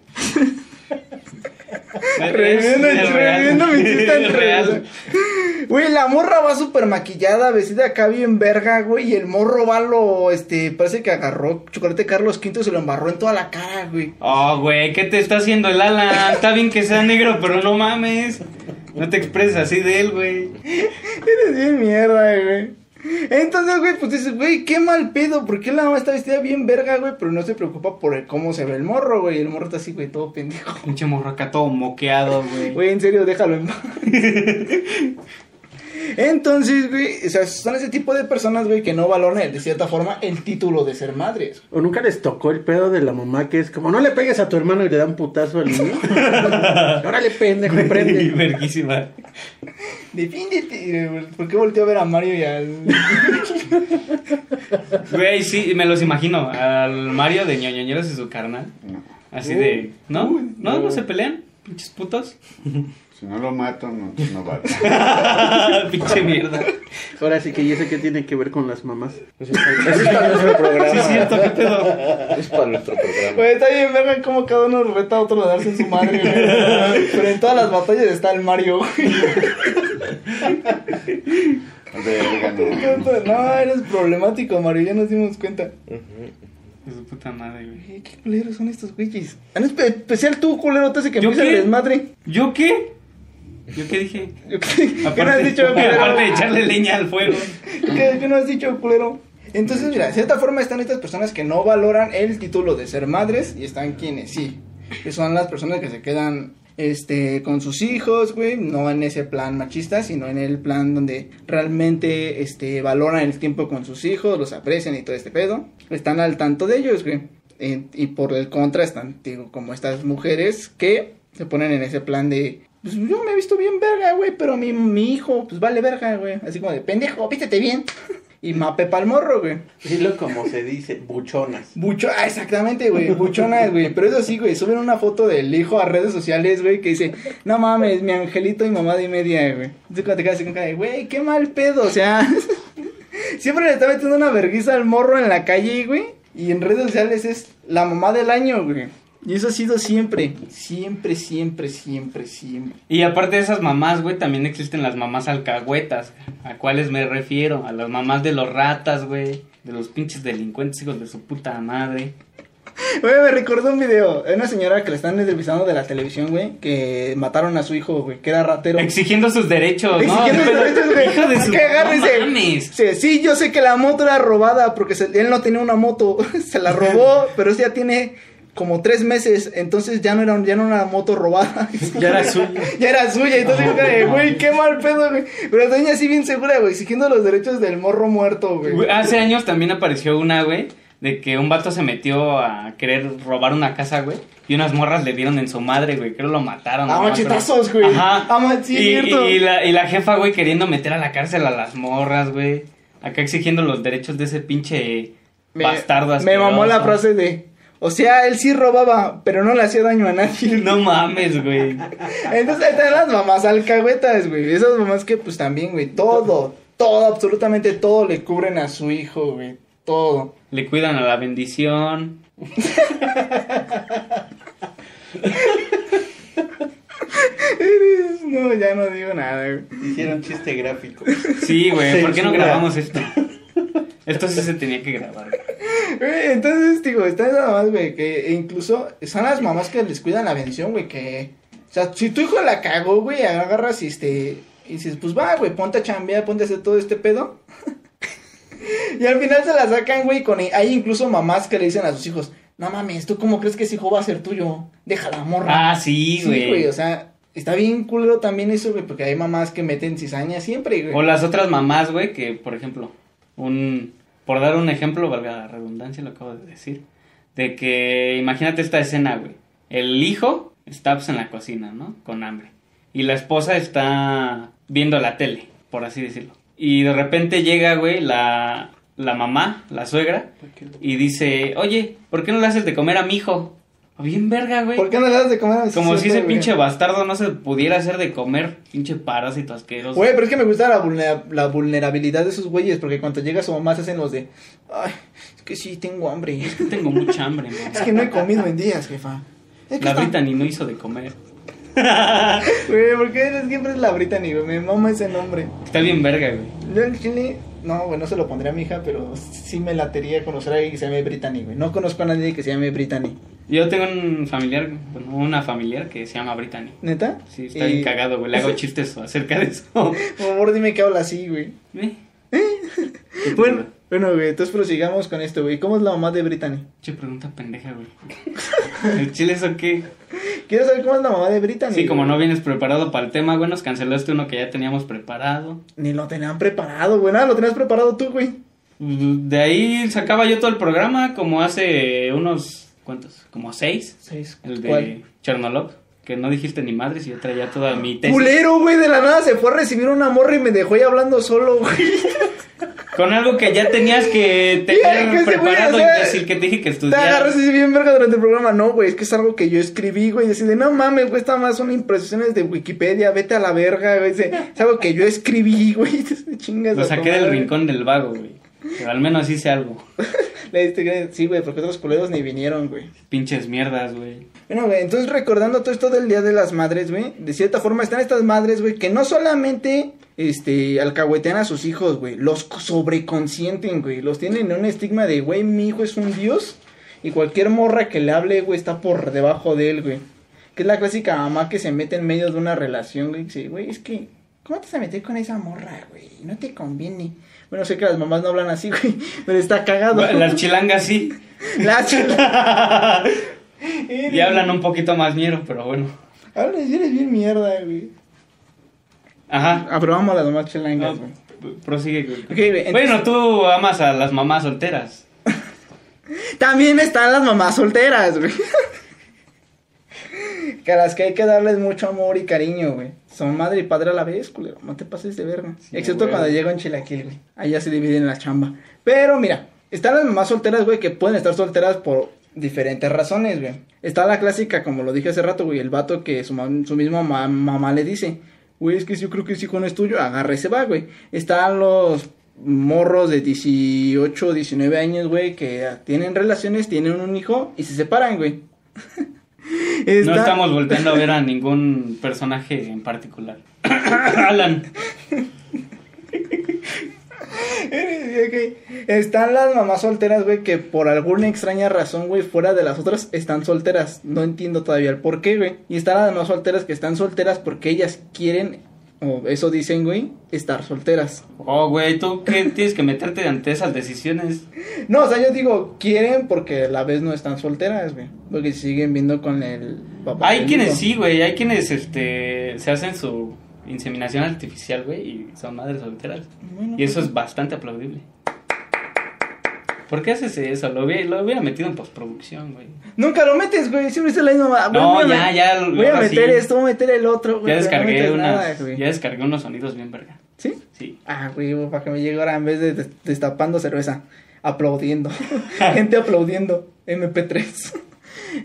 [SPEAKER 2] Es-
[SPEAKER 3] Reviviendo-
[SPEAKER 2] es real. <laughs>
[SPEAKER 3] reviviendo mi chiste en
[SPEAKER 2] Es real.
[SPEAKER 3] Güey, la morra va súper maquillada, vestida acá bien verga, güey. Y el morro va lo, este, parece que agarró chocolate Carlos V y se lo embarró en toda la cara, güey. <laughs>
[SPEAKER 2] Oh, güey, ¿qué te está haciendo el Alan? Está bien que sea negro, pero no mames. No te expreses así de él, güey.
[SPEAKER 3] Eres bien mierda, güey. Entonces, güey, pues dices, güey, qué mal pedo. ¿Por qué la mamá está vestida bien verga, güey? Pero no se preocupa por el cómo se ve el morro, güey. El morro está así, güey, todo pendejo.
[SPEAKER 2] Pinche morro acá todo moqueado, güey.
[SPEAKER 3] Güey, en serio, déjalo en paz. Entonces, güey, o sea, son ese tipo de personas, güey, que no valoran de cierta forma el título de ser madres.
[SPEAKER 5] ¿O nunca les tocó el pedo de la mamá que es como, no le pegues a tu hermano y le da un putazo al <laughs> niño? Órale, pendejo, prende.
[SPEAKER 2] <laughs> Verguísima.
[SPEAKER 3] Defiéndete. güey. ¿Por qué volteó a ver a Mario y al. <laughs>
[SPEAKER 2] Güey, sí, me los imagino. Al Mario de ñoñoñeros y su carnal. Así de. ¿No? ¿No? ¿No se pelean? Pinches putos. <laughs>
[SPEAKER 6] Si no lo mato, no, no vale.
[SPEAKER 2] Pinche mierda.
[SPEAKER 5] Ahora sí que, ¿y eso qué tiene que ver con las mamás?
[SPEAKER 4] Eso es para nuestro programa.
[SPEAKER 2] Sí, es cierto, qué pedo.
[SPEAKER 4] Es para nuestro programa.
[SPEAKER 3] Güey, está bien, verga, como cada uno reta a otro de darse en su madre, güey. Pero en todas las batallas está el Mario, güey.
[SPEAKER 6] Verga, no.
[SPEAKER 3] No, eres problemático, Mario, ya nos dimos cuenta.
[SPEAKER 2] De su puta madre, güey.
[SPEAKER 3] Güey, ¿Qué culeros son estos güeyes? En espe- especial tú, culero, te hace que
[SPEAKER 2] ¿Yo
[SPEAKER 3] empiece
[SPEAKER 2] qué?
[SPEAKER 3] el desmadre.
[SPEAKER 2] ¿Yo qué? ¿Yo qué dije?
[SPEAKER 3] Yo ¿Qué ¿qué
[SPEAKER 2] <laughs>
[SPEAKER 3] no has
[SPEAKER 2] Aparte,
[SPEAKER 3] dicho,
[SPEAKER 2] aparte de
[SPEAKER 3] culero?
[SPEAKER 2] echarle leña al fuego.
[SPEAKER 3] <laughs> ¿Qué, qué no has dicho, culero? Entonces, mira, de cierta forma están estas personas que no valoran el título de ser madres y están quienes sí. Que son las personas que se quedan este, con sus hijos, güey, no en ese plan machista, sino en el plan donde realmente este, valoran el tiempo con sus hijos, los aprecian y todo este pedo. Están al tanto de ellos, güey. En- y por el contra están, digo, como estas mujeres que se ponen en ese plan de, pues yo me he visto bien <laughs> verga, güey, pero mi, mi hijo, pues vale verga, güey. Así como de, pendejo, vístete bien. y mape pa'l morro, güey.
[SPEAKER 5] Dilo como se dice, buchonas.
[SPEAKER 3] Bucho, ah, exactamente, güey, buchonas, güey. Pero eso sí, güey, suben una foto del hijo a redes sociales, güey, que dice, no mames, mi angelito y mamá de media, güey. Entonces cuando te quedas así con cara de, güey, qué mal pedo, o sea, <laughs> siempre le está metiendo una vergüenza al morro en la calle, güey. Y en redes sociales es la mamá del año, güey. Y eso ha sido siempre, siempre, siempre, siempre, siempre.
[SPEAKER 2] Y aparte de esas mamás, güey, también existen las mamás alcahuetas. ¿A cuáles me refiero? A las mamás de los ratas, güey. De los pinches delincuentes, hijos de su puta madre.
[SPEAKER 3] Güey, me recordó un video. Hay una señora que le están entrevistando de la televisión, güey, que mataron a su hijo, güey, que era ratero.
[SPEAKER 2] Exigiendo sus derechos, ¿no?
[SPEAKER 3] Exigiendo sus derechos, güey.
[SPEAKER 2] Hijo de su...
[SPEAKER 3] Que agarre y
[SPEAKER 2] no
[SPEAKER 3] se-
[SPEAKER 2] mames.
[SPEAKER 3] dice, sí, yo sé que la moto era robada porque se- él no tenía una moto, <laughs> se
[SPEAKER 2] <laughs>
[SPEAKER 3] la robó, pero esa ya tiene como tres meses, entonces ya no era, un- ya no era una moto robada. <laughs>
[SPEAKER 5] Ya era su.
[SPEAKER 3] ya era suya. Entonces, yo cara de, güey, qué mal pedo, güey. Pero la doña sí bien segura, güey, exigiendo los derechos del morro muerto,
[SPEAKER 2] <laughs>
[SPEAKER 3] güey.
[SPEAKER 2] Güey, Hace años también apareció una, güey, de que un vato se metió a querer robar una casa, güey, y unas morras le dieron en su madre, güey, creo lo mataron.
[SPEAKER 3] A
[SPEAKER 2] ¿no?
[SPEAKER 3] machetazos,
[SPEAKER 2] Pero-
[SPEAKER 3] Ah, güey.
[SPEAKER 2] Ajá.
[SPEAKER 3] A ma- sí, es
[SPEAKER 2] y,
[SPEAKER 3] cierto.
[SPEAKER 2] y la, y la jefa, güey, queriendo meter a la cárcel a las morras, güey, acá exigiendo los derechos de ese pinche bastardo
[SPEAKER 3] me
[SPEAKER 2] asqueroso.
[SPEAKER 3] mamó la frase de, o sea, él sí robaba, pero no le hacía daño a nadie.
[SPEAKER 2] <laughs> No mames, güey.
[SPEAKER 3] Entonces ahí están las mamás alcahuetas, güey. Esas mamás que pues también, güey, todo, todo, absolutamente todo le cubren a su hijo, güey. Todo. <laughs>
[SPEAKER 2] Le cuidan a la bendición.
[SPEAKER 3] Eres- No, ya no digo nada, güey.
[SPEAKER 5] Hicieron chiste gráfico.
[SPEAKER 2] Sí, güey, ¿por qué no
[SPEAKER 5] Censura.
[SPEAKER 2] grabamos
[SPEAKER 3] <laughs>
[SPEAKER 2] esto? Esto sí se tenía que grabar. güey.
[SPEAKER 3] Güey, Entonces, digo, están esas mamás, güey, que incluso son las mamás que les cuidan la bendición, güey, que... O sea, si tu hijo la cagó, güey, agarras y este... Y dices, pues va, güey, ponte a chambear, ponte a hacer todo este pedo. <laughs> y al final se la sacan, güey, con... Hay incluso mamás que le dicen a sus hijos, no mames, ¿tú cómo crees que ese hijo va a ser tuyo? Déjala, morra.
[SPEAKER 2] Ah, sí, güey.
[SPEAKER 3] o sea... Está bien culero también eso, güey, porque hay mamás que meten cizaña siempre, güey.
[SPEAKER 2] O las otras mamás, güey, que por ejemplo, un por dar un ejemplo, valga la redundancia, lo acabo de decir, de que imagínate esta escena, güey. El hijo está pues en la cocina, ¿no? Con hambre. Y la esposa está viendo la tele, por así decirlo. Y de repente llega, güey, la la mamá, la suegra, y dice, "Oye, ¿por qué no le haces de comer a mi hijo?" Bien verga, güey.
[SPEAKER 3] ¿Por qué no le das de comer a sus
[SPEAKER 2] Como si
[SPEAKER 3] hijos,
[SPEAKER 2] ese
[SPEAKER 3] güey?
[SPEAKER 2] pinche bastardo no se pudiera hacer de comer, pinche parásito asqueroso.
[SPEAKER 3] Güey, pero es que me gusta la, vulnera- la vulnerabilidad de esos güeyes, porque cuando llega su mamá se hacen los de, ay, es que sí, tengo hambre, <laughs>
[SPEAKER 2] Es que tengo mucha hambre, mamá.
[SPEAKER 3] es que no he comido en días, jefa. Es que
[SPEAKER 2] La
[SPEAKER 3] está-
[SPEAKER 2] Brittany no hizo de comer.
[SPEAKER 3] Güey, ¿por qué eres- siempre es la Brittany, güey? Me mama ese nombre.
[SPEAKER 2] Está bien verga, güey.
[SPEAKER 3] Yo en Chile, no, güey, no se lo pondría a mi hija, pero sí me latería conocer a alguien que se llame Brittany, güey. No conozco a nadie que se llame Brittany.
[SPEAKER 2] Yo tengo un familiar, bueno, una familiar que se llama Brittany.
[SPEAKER 3] ¿Neta?
[SPEAKER 2] Sí, está
[SPEAKER 3] Y-
[SPEAKER 2] bien cagado, güey. Le
[SPEAKER 3] <laughs>
[SPEAKER 2] hago chistes acerca de eso.
[SPEAKER 3] Por favor, dime que habla así, güey.
[SPEAKER 2] Eh,
[SPEAKER 3] Bueno, bueno, güey, entonces prosigamos con esto, güey. ¿Cómo es la mamá de Brittany?
[SPEAKER 2] Che, pregunta pendeja,
[SPEAKER 3] <laughs>
[SPEAKER 2] güey. ¿El chile eso qué?
[SPEAKER 3] Quiero saber cómo es la mamá de Brittany.
[SPEAKER 2] Sí, como
[SPEAKER 3] güey.
[SPEAKER 2] no vienes preparado para el tema, güey, nos cancelaste uno que ya teníamos preparado.
[SPEAKER 3] Ni lo tenían preparado, güey. Nada, lo tenías preparado tú, güey.
[SPEAKER 2] De ahí sacaba yo todo el programa, como hace unos. ¿Cuántos? Como seis.
[SPEAKER 3] Seis.
[SPEAKER 2] El de
[SPEAKER 3] ¿Cuál?
[SPEAKER 2] Chernolog. Que no dijiste ni madres y yo traía toda mi tesis.
[SPEAKER 3] Culero, güey, de la nada se fue a recibir una morra y me dejó ahí hablando solo, güey.
[SPEAKER 2] Con algo que ya tenías que
[SPEAKER 3] Mira,
[SPEAKER 2] tener
[SPEAKER 3] que ese güey,
[SPEAKER 2] preparado,
[SPEAKER 3] o sea,
[SPEAKER 2] imbécil, que te dije que
[SPEAKER 3] Te agarras
[SPEAKER 2] estudiaras.
[SPEAKER 3] así bien verga durante el programa. No, güey, es que es algo que yo escribí, güey. Decir de, no mames, güey, esta más son impresiones de Wikipedia, vete a la verga, güey. Dice, es algo que yo escribí, güey. <laughs> Chingas.
[SPEAKER 2] Lo
[SPEAKER 3] a tu
[SPEAKER 2] saqué del
[SPEAKER 3] madre.
[SPEAKER 2] rincón del vago, güey. Pero al menos hice algo.
[SPEAKER 3] Le diste, sí, güey, porque otros culeros ni vinieron, güey.
[SPEAKER 2] Pinches mierdas, güey.
[SPEAKER 3] Bueno, güey, entonces recordando todo esto del Día de las Madres, güey, de cierta forma están estas madres, güey, que no solamente este alcahuetean a sus hijos, güey, los co- sobreconsienten, güey, los tienen en un estigma de, güey, mi hijo es un dios y cualquier morra que le hable, güey, está por debajo de él, güey. Que es la clásica mamá que se mete en medio de una relación, güey, que dice, güey, es que ¿cómo te vas a meter con esa morra, güey? No te conviene. Bueno, sé que las mamás no hablan así, <laughs> güey, pero está cagado.
[SPEAKER 2] Las chilangas sí.
[SPEAKER 3] <laughs>
[SPEAKER 2] <laughs>
[SPEAKER 3] Las <laughs>
[SPEAKER 2] Y hablan un poquito más mierda, pero bueno.
[SPEAKER 3] Hablan, eres bien mierda, güey.
[SPEAKER 2] Ajá.
[SPEAKER 3] Aprobamos las mamás
[SPEAKER 2] No,
[SPEAKER 3] chilangas, güey.
[SPEAKER 2] p- prosigue, güey.
[SPEAKER 3] Ah, Ok, güey, entonces-
[SPEAKER 2] Bueno, tú amas a las mamás solteras.
[SPEAKER 3] También están las mamás solteras, güey. que a las que hay que darles mucho amor y cariño, güey. Son madre y padre a la vez, culero. No te pases de verga. Excepto
[SPEAKER 2] güey.
[SPEAKER 3] cuando llega un chilaquil, güey. Allá se dividen la chamba. Pero mira, están las mamás solteras, güey, que pueden estar solteras por diferentes razones, güey. Está la clásica, como lo dije hace rato, güey, el vato que su, mam- su misma ma- mamá le dice, güey, es que yo creo que ese hijo no es tuyo, agarra y se va, güey. Están los morros de 18, 19 años, güey, que ah, tienen relaciones, tienen un hijo y se separan, güey. <laughs> Está-
[SPEAKER 2] No estamos volteando a ver a ningún personaje en particular. <coughs> Alan.
[SPEAKER 3] <laughs> Ok. Están las mamás solteras, güey, que por alguna extraña razón, güey, fuera de las otras, están solteras. No entiendo todavía el por qué, güey. Y están las mamás solteras que están solteras porque ellas quieren, o eso dicen, güey, estar solteras.
[SPEAKER 2] Oh, güey, ¿tú qué tienes que meterte ante esas decisiones?
[SPEAKER 3] No, o sea, yo digo quieren porque a la vez no están solteras, güey. Porque siguen viendo con el papá.
[SPEAKER 2] Hay
[SPEAKER 3] del
[SPEAKER 2] quienes
[SPEAKER 3] hijo.
[SPEAKER 2] sí, güey, hay quienes este, se hacen su inseminación artificial, güey, y son madres solteras.
[SPEAKER 3] Bueno,
[SPEAKER 2] Y eso es bastante aplaudible. ¿Por qué haces eso? Lo hubiera, lo hubiera metido en postproducción, güey.
[SPEAKER 3] Nunca lo metes, güey. Siempre es la misma. mamá.
[SPEAKER 2] No,
[SPEAKER 3] Güey, voy
[SPEAKER 2] ya,
[SPEAKER 3] a-
[SPEAKER 2] ya,
[SPEAKER 3] Voy a
[SPEAKER 2] ahora
[SPEAKER 3] meter
[SPEAKER 2] sí.
[SPEAKER 3] esto, voy a meter el otro, güey.
[SPEAKER 2] Ya
[SPEAKER 3] pero no
[SPEAKER 2] descargué,
[SPEAKER 3] metes
[SPEAKER 2] unas,
[SPEAKER 3] nada, güey.
[SPEAKER 2] ya descargué unos sonidos bien verga.
[SPEAKER 3] ¿Sí?
[SPEAKER 2] Sí.
[SPEAKER 3] Ah, güey, para que me llegue ahora en vez de des- destapando cerveza, <laughs> aplaudiendo. Gente aplaudiendo MP3.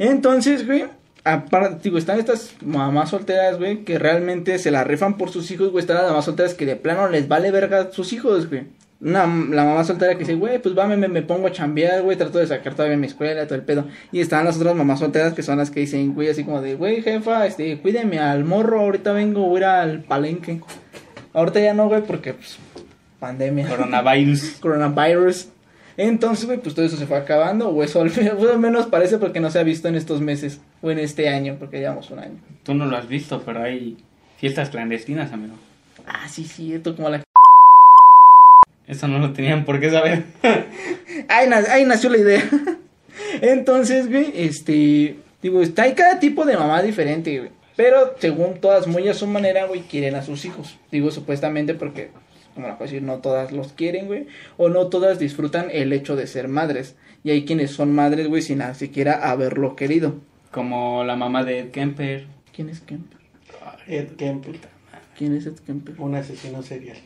[SPEAKER 3] Entonces, güey, aparte, digo, están estas mamás solteras, güey, que realmente se la rifan por sus hijos, güey. Están las mamás solteras que de plano les vale verga sus hijos, güey. Una, la mamá soltera que dice, güey, pues va, me, me pongo a chambear, güey, trato de sacar todavía mi escuela, todo el pedo. Y están las otras mamás solteras que son las que dicen, güey, así como de, güey, jefa, este, cuídeme al morro, ahorita vengo, voy a ir al palenque. Ahorita ya no, güey, porque pues, pandemia.
[SPEAKER 2] Coronavirus. <laughs>
[SPEAKER 3] Coronavirus. Entonces, güey, pues todo eso se fue acabando, o eso al, menos, o <laughs> al menos parece porque no se ha visto en estos meses, o en este año, porque llevamos un año.
[SPEAKER 2] Tú no lo has visto, pero hay fiestas clandestinas, amigo.
[SPEAKER 3] Ah, sí, cierto, como la... <laughs>
[SPEAKER 2] Eso no lo tenían por qué saber. <laughs>
[SPEAKER 3] Ahí, na- ahí nació la idea. <laughs> Entonces, güey, este... Digo, está hay cada tipo de mamá diferente, güey. Pero según todas, muy a su manera, güey, quieren a sus hijos. Digo, supuestamente porque, como la puedo decir, no todas los quieren, güey. O no todas disfrutan el hecho de ser madres. Y hay quienes son madres, güey, sin ni siquiera haberlo querido.
[SPEAKER 2] Como la mamá de Ed Kemper.
[SPEAKER 3] ¿Quién es Kemper?
[SPEAKER 5] Ah, Ed Kemper,
[SPEAKER 3] ¿Quién es Ed Kemper?
[SPEAKER 5] un asesino serial.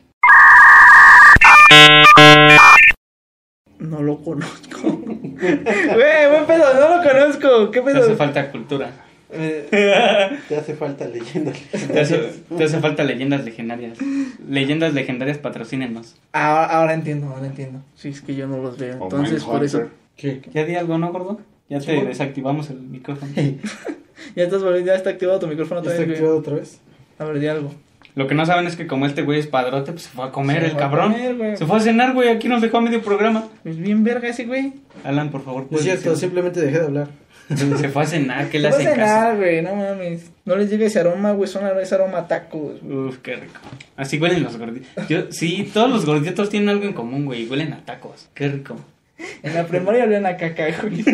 [SPEAKER 3] No lo
[SPEAKER 5] <laughs>
[SPEAKER 3] conozco. Güey, buen pedo, no lo conozco. ¿Qué
[SPEAKER 2] Te hace
[SPEAKER 3] pedo?
[SPEAKER 2] falta cultura.
[SPEAKER 5] Te hace falta leyendo.
[SPEAKER 2] Te hace, te hace falta leyendas legendarias. Leyendas legendarias patrocínenos.
[SPEAKER 3] Ahora, ahora entiendo, ahora entiendo. Sí, es que yo no los veo.
[SPEAKER 6] O
[SPEAKER 3] Entonces, por eso.
[SPEAKER 6] Mindhunter.
[SPEAKER 5] ¿Qué?
[SPEAKER 2] ¿Ya di algo, no, gordo? Ya te desactivamos el micrófono.
[SPEAKER 3] Ya estás volviendo, ya está activado tu micrófono
[SPEAKER 5] ¿Está
[SPEAKER 3] también. güey.
[SPEAKER 5] activado otra vez?
[SPEAKER 3] A ver, di algo.
[SPEAKER 2] Lo que no saben es que como este güey es padrote, pues se fue a comer
[SPEAKER 3] Se
[SPEAKER 2] el
[SPEAKER 3] fue a
[SPEAKER 2] cabrón.
[SPEAKER 3] comer, güey.
[SPEAKER 2] se fue a cenar, güey. Aquí nos dejó a medio programa.
[SPEAKER 3] Es bien verga ese güey.
[SPEAKER 2] Alan, por favor,
[SPEAKER 5] No es
[SPEAKER 1] pues,
[SPEAKER 2] puedes
[SPEAKER 5] cierto,
[SPEAKER 2] decir-
[SPEAKER 5] simplemente dejé de hablar.
[SPEAKER 2] Se fue a cenar, ¿qué le
[SPEAKER 3] No
[SPEAKER 2] hacen
[SPEAKER 3] hace
[SPEAKER 2] caso?
[SPEAKER 3] nada, güey. No mames. No les llega ese aroma, güey. Son ese aroma a tacos. güey.
[SPEAKER 2] Uf, qué rico. Así huelen los gorditos. Yo, sí, todos los gorditos tienen algo en común, güey. Huelen a tacos. Qué rico.
[SPEAKER 3] En la primaria olían a caca, güey.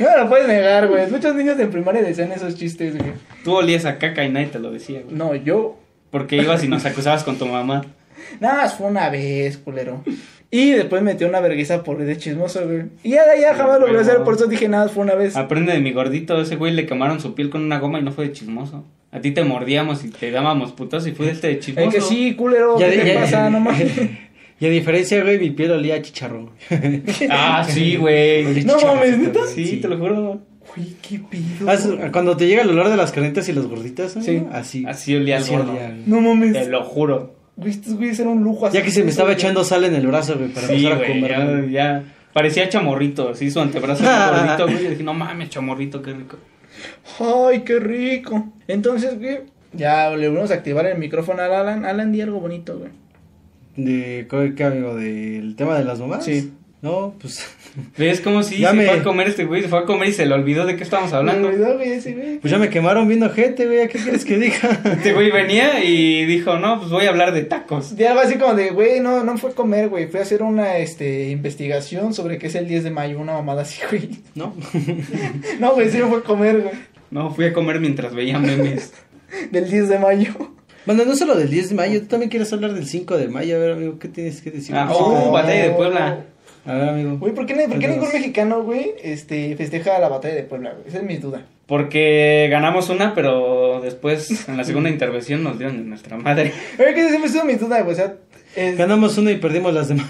[SPEAKER 3] No lo puedes negar, güey. Muchos niños de primaria decían esos chistes, güey.
[SPEAKER 2] Tú olías a caca y nadie te lo decía, güey.
[SPEAKER 3] No, yo
[SPEAKER 2] Porque ibas y nos acusabas con tu mamá.
[SPEAKER 3] Nada más fue una vez, culero. Y después metió una vergüenza por de chismoso, güey. Y ya de ahí ya
[SPEAKER 2] Sí,
[SPEAKER 3] jamás lo logré
[SPEAKER 2] pero-
[SPEAKER 3] hacer, por eso dije nada más fue una vez.
[SPEAKER 1] Ah,
[SPEAKER 2] Aprende de mi gordito, ese güey le quemaron su piel con una goma y no fue de chismoso. A ti te mordíamos y te dábamos putas y fuiste de chismoso.
[SPEAKER 3] Es que sí, culero,
[SPEAKER 1] Ya
[SPEAKER 3] ¿qué
[SPEAKER 1] de-
[SPEAKER 3] te
[SPEAKER 1] ya-
[SPEAKER 3] pasa? No mames.
[SPEAKER 1] <laughs> Y a diferencia, güey, mi piel olía a chicharrón. <laughs>
[SPEAKER 2] Ah, sí, güey.
[SPEAKER 3] No mames, ¿neta?
[SPEAKER 2] Sí, te lo juro.
[SPEAKER 3] Uy, qué pido.
[SPEAKER 1] Haz- Cuando te llega el olor de las carnitas y las gorditas, ¿eh?
[SPEAKER 3] Sí.
[SPEAKER 1] así.
[SPEAKER 2] Así olía el
[SPEAKER 1] Así
[SPEAKER 2] gordo.
[SPEAKER 1] olía, güey.
[SPEAKER 3] No
[SPEAKER 2] Te
[SPEAKER 3] mames.
[SPEAKER 2] lo juro.
[SPEAKER 3] Güey, estos güeyes eran un lujo.
[SPEAKER 1] Ya que se me estaba echando sal en el brazo, güey, para
[SPEAKER 2] Sí,
[SPEAKER 1] empezar a
[SPEAKER 2] güey,
[SPEAKER 1] comer.
[SPEAKER 2] ya,
[SPEAKER 1] güey.
[SPEAKER 2] ya. Parecía chamorrito, sí, su antebrazo era gordito, güey. Y dije, no mames, chamorrito, qué rico.
[SPEAKER 3] Ay, qué rico. Entonces, güey, ya le volvimos a activar el micrófono al Alan. Alan, di algo bonito, güey.
[SPEAKER 1] De, ¿Qué qué, amigo? ¿Del tema de las mamás?
[SPEAKER 3] Sí.
[SPEAKER 1] No, pues. <laughs>
[SPEAKER 2] ¿Ves cómo sí?
[SPEAKER 1] Ya
[SPEAKER 2] se
[SPEAKER 1] me-
[SPEAKER 2] fue a comer este güey, se fue a comer y se le olvidó de qué estábamos hablando.
[SPEAKER 3] Me olvidó, güey, ese güey.
[SPEAKER 1] Pues ya me quemaron viendo gente, güey. ¿a ¿Qué quieres que diga? <laughs>
[SPEAKER 2] Este güey venía y dijo, no, pues voy a hablar de tacos.
[SPEAKER 3] De algo así como de, güey, no, no fue comer, güey. Fui a hacer una, este, investigación sobre qué es el 10 de mayo. Una mamada así, güey. <laughs>
[SPEAKER 1] ¿No?
[SPEAKER 3] No, güey, sí me fue a comer, güey.
[SPEAKER 2] No, fui a comer mientras veía memes.
[SPEAKER 3] Del 10 de mayo.
[SPEAKER 1] Bueno, no solo del 10 de mayo, tú también quieres hablar del 5 de mayo. A ver, amigo, ¿qué tienes que decir?
[SPEAKER 2] Ah, oh, batalla de Puebla.
[SPEAKER 1] A ver, amigo.
[SPEAKER 3] Güey, ¿por qué, na- por qué
[SPEAKER 1] Cuéntanos.
[SPEAKER 3] ningún mexicano, güey, este, festeja la batalla de Puebla, güey? Esa es mi duda.
[SPEAKER 2] Porque ganamos una, pero después en la
[SPEAKER 3] <laughs>
[SPEAKER 2] segunda intervención nos dieron en nuestra madre.
[SPEAKER 3] A ver, que esa siempre estuvo mi duda, güey. O sea, es-
[SPEAKER 1] Ganamos una y perdimos las
[SPEAKER 3] <laughs>
[SPEAKER 1] demás.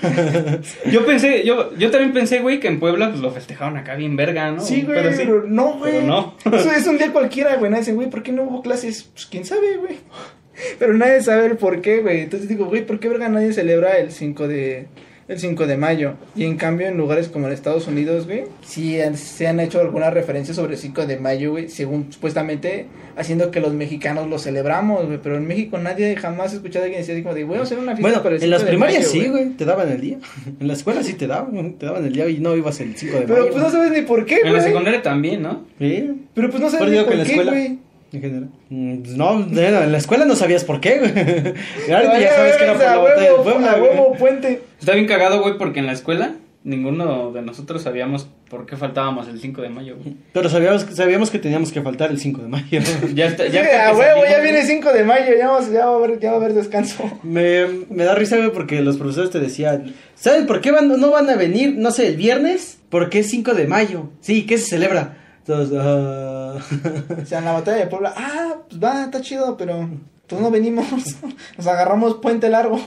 [SPEAKER 2] Yo pensé, yo, yo también pensé, güey, que en Puebla pues lo festejaban acá bien verga, ¿no?
[SPEAKER 3] Sí, güey,
[SPEAKER 2] Pero
[SPEAKER 3] pero,
[SPEAKER 2] sí.
[SPEAKER 3] no, güey.
[SPEAKER 2] Pero no.
[SPEAKER 3] <laughs> Eso es un día cualquiera, güey. Nadie dice, güey, ¿por qué no hubo clases? Pues quién sabe, güey. <laughs> Pero nadie sabe el por qué, güey. Entonces digo, güey, ¿por qué verga nadie celebra el 5 de el 5 de mayo? Y en cambio en lugares como en Estados Unidos, güey, sí han- se han hecho algunas referencias sobre el 5 de mayo, güey, según supuestamente haciendo que los mexicanos lo celebramos, güey, pero en México nadie jamás ha escuchado a alguien decir así como de, güey, vamos a hacer una fiesta
[SPEAKER 1] bueno,
[SPEAKER 3] para el
[SPEAKER 1] en las
[SPEAKER 3] 5 de
[SPEAKER 1] primarias
[SPEAKER 3] mayo,
[SPEAKER 1] sí, güey, te daban el día. <laughs> En la escuela sí te daban, te daban el día y no ibas el 5 de
[SPEAKER 3] Pero
[SPEAKER 1] mayo.
[SPEAKER 3] pues no sabes ni por qué,
[SPEAKER 2] En la
[SPEAKER 3] güey.
[SPEAKER 2] secundaria también, ¿no?
[SPEAKER 1] Sí.
[SPEAKER 3] Pero pues no
[SPEAKER 1] Pero
[SPEAKER 3] sabes ni
[SPEAKER 1] digo que en
[SPEAKER 3] por
[SPEAKER 1] la
[SPEAKER 3] qué,
[SPEAKER 1] escuela-
[SPEAKER 3] güey.
[SPEAKER 1] En general. Mm, pues, No, bueno, en la escuela no sabías por qué, güey. <laughs> Y ahorita
[SPEAKER 3] Ay,
[SPEAKER 1] ya sabes que era por
[SPEAKER 3] a
[SPEAKER 1] la
[SPEAKER 3] huevo,
[SPEAKER 1] batalla de
[SPEAKER 3] a
[SPEAKER 1] Puebla,
[SPEAKER 3] huevo,
[SPEAKER 1] güey.
[SPEAKER 3] puente.
[SPEAKER 2] Está bien cagado, güey, porque en la escuela ninguno de nosotros sabíamos por qué faltábamos el 5 de mayo, güey.
[SPEAKER 1] Pero sabíamos, sabíamos que teníamos que faltar el 5 de <laughs> mayo.
[SPEAKER 2] Ya está,
[SPEAKER 3] Sí,
[SPEAKER 2] ya está
[SPEAKER 3] <laughs> a
[SPEAKER 2] que
[SPEAKER 3] Ah, huevo,
[SPEAKER 2] salimos,
[SPEAKER 3] ya
[SPEAKER 2] güey.
[SPEAKER 3] viene 5 de mayo, ya, vamos- ya, va a haber, ya va a haber descanso.
[SPEAKER 1] Me, me da risa, güey, porque los profesores te decían, ¿saben por qué van, no van a venir, no sé, el viernes? Porque es 5 de mayo. Sí, ¿qué se celebra? Entonces, ah, <laughs>
[SPEAKER 3] O sea, en la batalla de Puebla, ah, pues va, está chido, pero pues no venimos, <laughs> nos agarramos puente largo.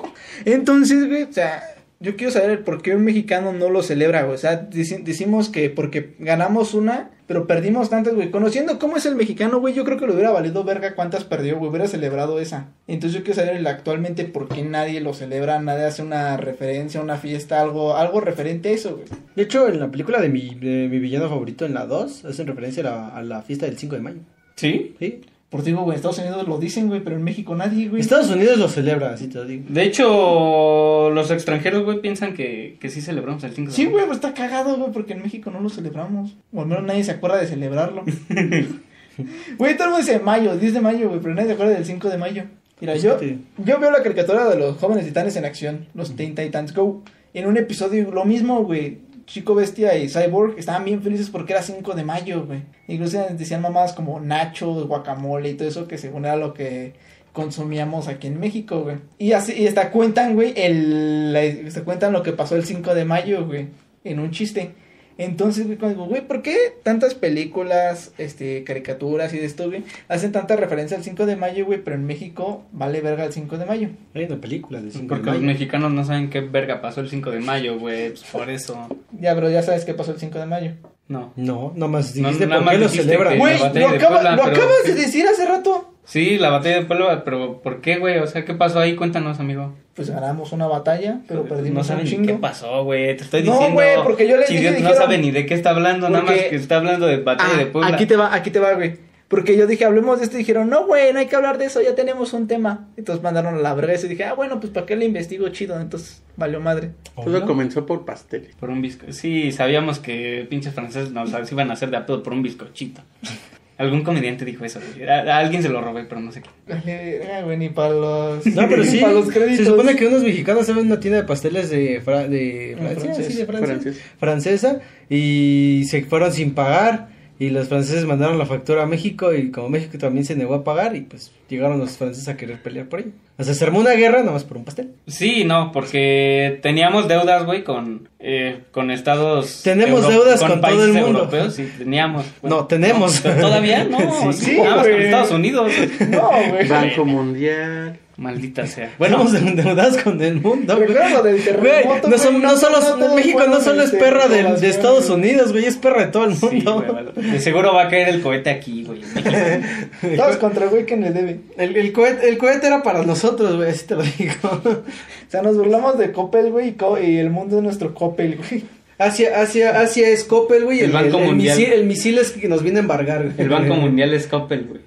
[SPEAKER 3] Entonces, güey, o sea, yo quiero saber el por qué un mexicano no lo celebra, güey. O sea, dici- decimos que porque ganamos una, pero perdimos tantas, güey. Conociendo cómo es el mexicano, güey, yo creo que le hubiera valido verga cuántas perdió, güey, hubiera celebrado esa. Entonces yo quiero saber el actualmente por qué nadie lo celebra, nadie hace una referencia, una fiesta, algo, algo referente a eso, güey.
[SPEAKER 1] de hecho, en la película de mi, de mi villano favorito, en la 2, hacen referencia a la, a la fiesta del 5 de mayo.
[SPEAKER 2] Sí.
[SPEAKER 1] ¿sí?
[SPEAKER 3] Por digo, güey, en Estados Unidos lo dicen, güey, pero en México nadie, güey.
[SPEAKER 1] Estados Unidos lo celebra, así te lo digo.
[SPEAKER 2] De hecho, los extranjeros, güey, piensan que, que sí celebramos el 5 de
[SPEAKER 3] Sí,
[SPEAKER 2] mayo.
[SPEAKER 3] güey, pero está cagado, güey, porque en México no lo celebramos. O al menos nadie se acuerda de celebrarlo. Güey, todo el mundo dice mayo, 10 de mayo, güey, pero nadie se acuerda del 5 de mayo. Mira, yo,
[SPEAKER 1] Fíjate.
[SPEAKER 3] yo veo la caricatura de los jóvenes titanes en acción, los Teen Titans Go. En un episodio, lo mismo, güey. Chico Bestia y Cyborg estaban bien felices porque era 5 de mayo, güey. Incluso decían mamadas como Nacho, guacamole y todo eso, que según era lo que consumíamos aquí en México, güey. Y así, y hasta cuentan, güey, el, la- hasta cuentan lo que pasó el 5 de mayo, güey, en un chiste. Entonces, güey, cuando digo, güey, ¿por qué tantas películas, este, caricaturas y de esto, güey, hacen tanta referencia al 5 de mayo, güey, pero en México vale verga el 5 de mayo?
[SPEAKER 1] Hay una película del 5 de
[SPEAKER 2] Porque los
[SPEAKER 1] mayo.
[SPEAKER 2] mexicanos no saben qué verga pasó el 5 de mayo, güey. Pues por eso.
[SPEAKER 3] Ya, pero ya sabes qué pasó el 5 de mayo.
[SPEAKER 2] No.
[SPEAKER 1] No, nomás
[SPEAKER 2] No,
[SPEAKER 1] dijiste
[SPEAKER 2] nada
[SPEAKER 1] por qué
[SPEAKER 2] más
[SPEAKER 1] lo
[SPEAKER 2] dijiste
[SPEAKER 1] celebran.
[SPEAKER 2] que-
[SPEAKER 3] Güey,
[SPEAKER 2] la
[SPEAKER 3] lo,
[SPEAKER 2] batalla de
[SPEAKER 3] acaba-
[SPEAKER 2] Puebla,
[SPEAKER 3] lo
[SPEAKER 2] pero-
[SPEAKER 3] acabas de decir hace rato.
[SPEAKER 2] Sí, la batalla de Puebla, pero ¿por qué, güey? O sea, ¿qué pasó ahí? Cuéntanos, amigo.
[SPEAKER 3] Pues ganamos una batalla, pero
[SPEAKER 2] no
[SPEAKER 3] perdimos
[SPEAKER 2] saben
[SPEAKER 3] un
[SPEAKER 2] ni qué
[SPEAKER 3] chingo.
[SPEAKER 2] pasó, güey. Te estoy
[SPEAKER 3] No,
[SPEAKER 2] diciendo.
[SPEAKER 3] güey, porque yo les
[SPEAKER 2] Chis,
[SPEAKER 3] dije,
[SPEAKER 2] No
[SPEAKER 3] dijeron-
[SPEAKER 2] sabe ni de qué está hablando, nada más
[SPEAKER 3] Porque-
[SPEAKER 2] que está hablando de batalla
[SPEAKER 3] Ah,
[SPEAKER 2] de Puebla.
[SPEAKER 3] Aquí te va, aquí te va, güey. Porque yo dije, hablemos de esto y dijeron, no, güey, no hay que hablar de eso, ya tenemos un tema. Entonces mandaron a la verga y dije, ah, bueno, pues para qué le investigo chido, entonces valió madre.
[SPEAKER 1] Hola.
[SPEAKER 5] Todo comenzó por pasteles.
[SPEAKER 2] Por un bizco... Sí, sabíamos que pinches franceses nos las iban a hacer de apodo por un
[SPEAKER 3] <laughs>
[SPEAKER 2] bizcochito. Algún comediante dijo eso, güey. A, a alguien se lo robé, pero no sé qué.
[SPEAKER 3] Vale, ah, güey, ni para los,
[SPEAKER 1] No,
[SPEAKER 3] <laughs>
[SPEAKER 1] pero
[SPEAKER 3] ni
[SPEAKER 1] sí.
[SPEAKER 3] para los
[SPEAKER 1] Se
[SPEAKER 3] créditos.
[SPEAKER 1] supone que unos mexicanos saben una tienda de pasteles de, Fra- de
[SPEAKER 3] Ah,
[SPEAKER 1] Francia,
[SPEAKER 3] francés,
[SPEAKER 1] sí, de Francia,
[SPEAKER 5] francés.
[SPEAKER 1] francesa, y se fueron sin pagar. Y los franceses mandaron la factura a México. Y como México también se negó a pagar, y pues llegaron los franceses a querer pelear por ello. O sea, se armó una guerra nomás por un pastel.
[SPEAKER 2] Sí, no, porque teníamos deudas, güey, con, eh, con estados.
[SPEAKER 1] Tenemos deudas con todo el
[SPEAKER 2] países
[SPEAKER 1] mundo.
[SPEAKER 2] europeos, sí, teníamos.
[SPEAKER 1] No, tenemos. <laughs>
[SPEAKER 2] Todavía no, sí,
[SPEAKER 1] Sí,
[SPEAKER 2] nada más con
[SPEAKER 3] güey.
[SPEAKER 2] Estados Unidos.
[SPEAKER 3] No,
[SPEAKER 2] <laughs>
[SPEAKER 3] güey.
[SPEAKER 5] Banco Mundial.
[SPEAKER 2] Maldita sea.
[SPEAKER 1] <laughs> Bueno, vamos endeudados con el mundo. güey.
[SPEAKER 3] Recuerda lo del
[SPEAKER 1] Güey,
[SPEAKER 3] terremoto,
[SPEAKER 1] no, son-
[SPEAKER 3] güey,
[SPEAKER 1] no solo-
[SPEAKER 3] no todos
[SPEAKER 1] México no
[SPEAKER 3] fueron
[SPEAKER 1] solo es
[SPEAKER 3] este,
[SPEAKER 1] perra del- de,
[SPEAKER 3] población,
[SPEAKER 1] Estados
[SPEAKER 3] güey.
[SPEAKER 1] Unidos, güey, es perra de todo el
[SPEAKER 2] Sí,
[SPEAKER 1] mundo.
[SPEAKER 2] güey, vale. de seguro va a caer el cohete aquí, güey.
[SPEAKER 3] Todos contra el güey que le debe.
[SPEAKER 1] <laughs> el, el cohete, el cohete era para nosotros, güey, así te lo digo.
[SPEAKER 3] O sea, nos burlamos de Coppel, güey, y, co- y el mundo es nuestro Coppel, güey.
[SPEAKER 1] Hacia, hacia, hacia es Coppel, güey.
[SPEAKER 2] El
[SPEAKER 1] El,
[SPEAKER 2] Banco
[SPEAKER 1] el- el
[SPEAKER 2] Mundial.
[SPEAKER 1] misil, el misil es que nos viene a embargar, güey.
[SPEAKER 2] El Banco Mundial es Coppel, güey.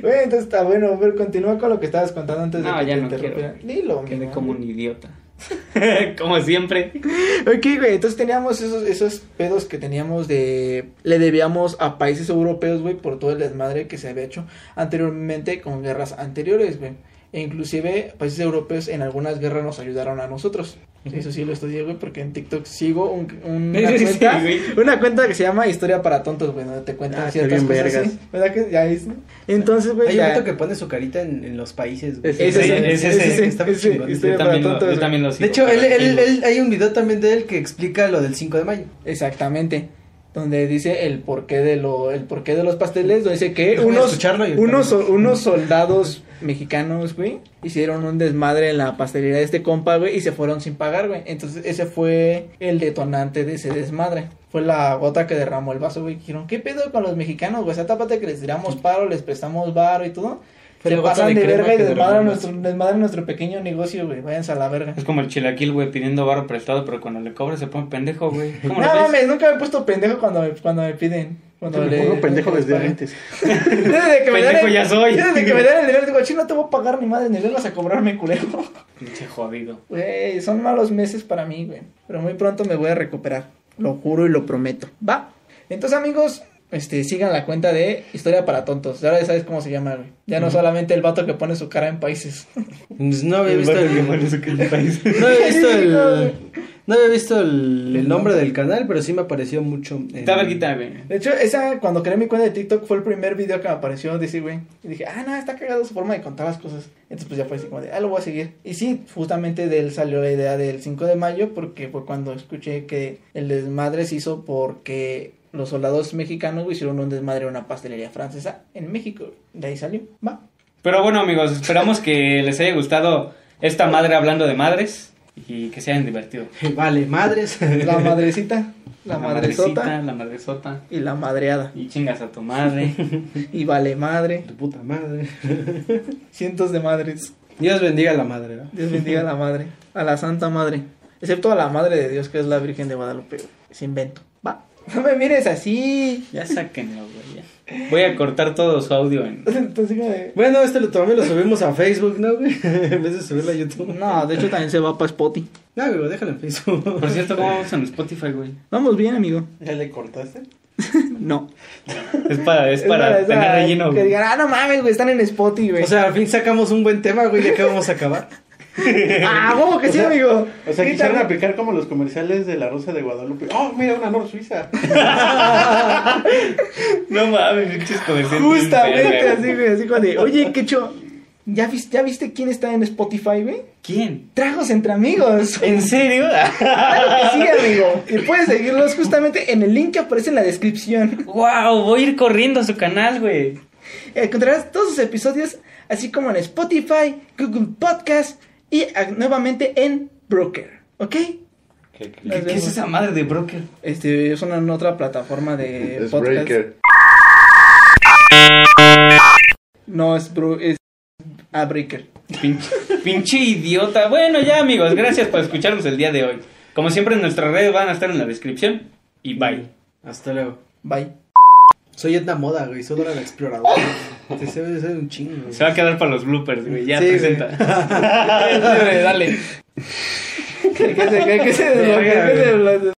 [SPEAKER 3] Güey, entonces está bueno, a ver, continúa con lo que estabas contando antes
[SPEAKER 2] No,
[SPEAKER 3] de que
[SPEAKER 2] ya
[SPEAKER 3] te
[SPEAKER 2] no quiero.
[SPEAKER 3] interrumpiera. Dilo,
[SPEAKER 2] Quedé
[SPEAKER 3] mi
[SPEAKER 2] como
[SPEAKER 3] amor.
[SPEAKER 2] un idiota. <laughs> como siempre.
[SPEAKER 3] Ok, güey, entonces teníamos esos, esos pedos que teníamos de... Le debíamos a países europeos, güey, por todo el desmadre que se había hecho anteriormente con guerras anteriores, güey. E inclusive países europeos en algunas guerras nos ayudaron a nosotros. Eso sí lo estudié, güey, porque en TikTok sigo un- un- una,
[SPEAKER 2] <laughs> Sí,
[SPEAKER 3] cuenta,
[SPEAKER 2] güey.
[SPEAKER 3] una cuenta que se llama Historia para Tontos, güey, donde te cuentan
[SPEAKER 5] Ah, está
[SPEAKER 3] ciertas
[SPEAKER 5] bien
[SPEAKER 3] cosas
[SPEAKER 5] vergas.
[SPEAKER 3] así. ¿Verdad que ya viste? Entonces, güey,
[SPEAKER 1] Hay un
[SPEAKER 3] ya-
[SPEAKER 1] vato que pone su carita en, en los países, güey.
[SPEAKER 5] Ese,
[SPEAKER 3] Ese,
[SPEAKER 2] Sí,
[SPEAKER 3] ese,
[SPEAKER 2] ese,
[SPEAKER 3] ese,
[SPEAKER 2] ese,
[SPEAKER 1] está muy
[SPEAKER 3] ese,
[SPEAKER 1] chingón.
[SPEAKER 2] Yo
[SPEAKER 3] historia para
[SPEAKER 2] también, lo, yo
[SPEAKER 3] tontos, güey.
[SPEAKER 2] también lo sigo.
[SPEAKER 1] De hecho, él,
[SPEAKER 2] pero
[SPEAKER 1] él-
[SPEAKER 2] sí.
[SPEAKER 1] él- hay un video también de él que explica lo del 5 de mayo.
[SPEAKER 3] Exactamente. donde dice el porqué de lo el porqué de los pasteles, donde dice que
[SPEAKER 1] Déjame
[SPEAKER 3] Eh, unos
[SPEAKER 1] escucharlo y ahorita
[SPEAKER 3] unos
[SPEAKER 1] vemos.
[SPEAKER 3] unos soldados mexicanos, güey, hicieron un desmadre en la pastelería de este compa, güey, y se fueron sin pagar, güey. Entonces, ese fue el detonante de ese desmadre. Fue la gota que derramó el vaso, güey. Dijeron, "¿Qué pedo con los mexicanos, güey? O sea, tápate que les tiramos paro, les prestamos varo y todo."
[SPEAKER 2] Fue la
[SPEAKER 3] Se
[SPEAKER 2] gota
[SPEAKER 3] pasan
[SPEAKER 2] de
[SPEAKER 3] de
[SPEAKER 2] crema
[SPEAKER 3] verga y
[SPEAKER 2] que derramó
[SPEAKER 3] desmadran
[SPEAKER 2] el
[SPEAKER 3] nuestro, desmadran nuestro pequeño negocio, güey. Váyanse a la verga.
[SPEAKER 2] Es como el chilaquil, güey, pidiendo barro prestado, pero cuando le cobra se pone pendejo, güey. ¿Cómo
[SPEAKER 3] No
[SPEAKER 2] lo ves?
[SPEAKER 3] mames, nunca me he puesto pendejo cuando me, cuando me piden. Cuando
[SPEAKER 5] Me
[SPEAKER 3] le-
[SPEAKER 5] pongo pendejo
[SPEAKER 3] cuando les
[SPEAKER 5] desde
[SPEAKER 3] pagan.
[SPEAKER 5] antes.
[SPEAKER 3] Desde que me dan
[SPEAKER 2] Pendejo
[SPEAKER 3] el-
[SPEAKER 2] ya soy.
[SPEAKER 3] Desde que me dan el dinero, digo, chino, no te voy a pagar ni madre, ni vengas a cobrarme, culero. <laughs>
[SPEAKER 2] Pinche jodido.
[SPEAKER 3] Güey, son malos meses para mí, güey. Pero muy pronto me voy a recuperar. Lo juro y lo prometo. Va. Entonces, amigos, este, sigan la cuenta de Historia para Tontos. Ahora ya sabes cómo se llama, güey. Ya no solamente el vato que pone su cara en países.
[SPEAKER 1] Pues No había visto
[SPEAKER 2] barrio que
[SPEAKER 1] el...
[SPEAKER 2] pone su cara en país. <laughs>
[SPEAKER 1] No
[SPEAKER 3] <laughs>
[SPEAKER 1] había visto el... No había visto el, el nombre del canal, pero sí me apareció mucho. en-
[SPEAKER 2] Está verguita, güey.
[SPEAKER 3] De hecho, esa, cuando creé mi cuenta de TikTok, fue el primer video que me apareció de ese güey. Y dije, ah, no, está cagado su forma de contar las cosas. Entonces, pues ya fue así como de, ah, lo voy a seguir. Y sí, justamente de él salió la idea del 5 de mayo, porque fue cuando escuché que el desmadre se hizo porque los soldados mexicanos güey, hicieron un desmadre en una pastelería francesa en México. De ahí salió, va.
[SPEAKER 2] Pero bueno, amigos, esperamos que les haya gustado esta madre hablando de madres y que se hayan divertido.
[SPEAKER 1] <laughs> Vale, madres. <laughs>
[SPEAKER 3] La madrecita, la, madresota
[SPEAKER 2] madrecita, La madresota.
[SPEAKER 3] y la madreada.
[SPEAKER 2] Y chingas a tu madre.
[SPEAKER 3] <laughs> Y vale madre,
[SPEAKER 1] Tu puta madre.
[SPEAKER 3] cientos de madres.
[SPEAKER 1] Dios bendiga a la madre, ¿verdad?
[SPEAKER 3] Dios bendiga a la madre, a la santa madre, excepto a la madre de Dios que es la Virgen de Guadalupe. güey. Es invento. Va. <laughs> No me mires así. <laughs>
[SPEAKER 2] ya sáquenlo, güey. ya. Voy a cortar todo su audio en...
[SPEAKER 3] Entonces, como de-
[SPEAKER 1] Bueno, este lo también lo subimos a Facebook, ¿no, güey? <laughs> En vez de subirlo a YouTube.
[SPEAKER 3] No, de hecho también se va para Spotify.
[SPEAKER 1] No, güey, déjalo en <laughs> Facebook.
[SPEAKER 2] Por cierto, ¿cómo vamos en Spotify, güey?
[SPEAKER 3] Vamos bien, amigo.
[SPEAKER 5] ¿Ya le cortaste?
[SPEAKER 3] No.
[SPEAKER 2] Es para, es para
[SPEAKER 3] esa-
[SPEAKER 2] tener relleno,
[SPEAKER 3] Que
[SPEAKER 2] güey.
[SPEAKER 3] digan, ah, no mames, güey, están en Spotify, güey.
[SPEAKER 1] O sea, al fin sacamos un buen tema, güey, ya que vamos a acabar.
[SPEAKER 3] <laughs> ah, ¿cómo que sí, amigo?
[SPEAKER 5] O sea,
[SPEAKER 3] Sí,
[SPEAKER 5] quisieron
[SPEAKER 3] también.
[SPEAKER 5] aplicar como los comerciales de la Rosa de Guadalupe. ¡Oh, mira, una Nor Suiza!
[SPEAKER 2] No mames, pinches comerciantes.
[SPEAKER 3] Justamente
[SPEAKER 2] verga,
[SPEAKER 3] así, güey. Así como de, oye, quecho, ¿ya viste, ¿ya viste quién está en Spotify, güey?
[SPEAKER 2] ¿Quién?
[SPEAKER 3] Tragos
[SPEAKER 2] <laughs>
[SPEAKER 3] entre amigos.
[SPEAKER 2] ¿En serio?
[SPEAKER 3] Claro que sí, amigo. Y puedes seguirlos justamente en el link que aparece en la descripción.
[SPEAKER 2] ¡Wow! Voy a ir corriendo a su canal, güey.
[SPEAKER 3] Encontrarás todos sus episodios, así como en Spotify, Google Podcast y ah, nuevamente en Broker. ¿Ok?
[SPEAKER 2] ¿Qué, qué es esa madre de broker?
[SPEAKER 3] Este, es una otra plataforma de
[SPEAKER 6] Es
[SPEAKER 3] podcast.
[SPEAKER 6] Breaker.
[SPEAKER 3] No, es, bro, es a Breaker.
[SPEAKER 2] Pinche, pinche idiota. Bueno, ya, amigos, gracias por escucharnos el día de hoy. Como siempre, nuestras redes van a estar en la descripción. Y bye.
[SPEAKER 1] Hasta luego.
[SPEAKER 3] Bye.
[SPEAKER 1] Soy Edna Moda, güey, soy Dora la <laughs> Exploradora. Te se ve un chingo. güey.
[SPEAKER 2] Se va a quedar para los bloopers, güey. Ya
[SPEAKER 1] Sí, güey.
[SPEAKER 2] presenta.
[SPEAKER 3] <laughs> Dale. Que se, que se, que se- que se-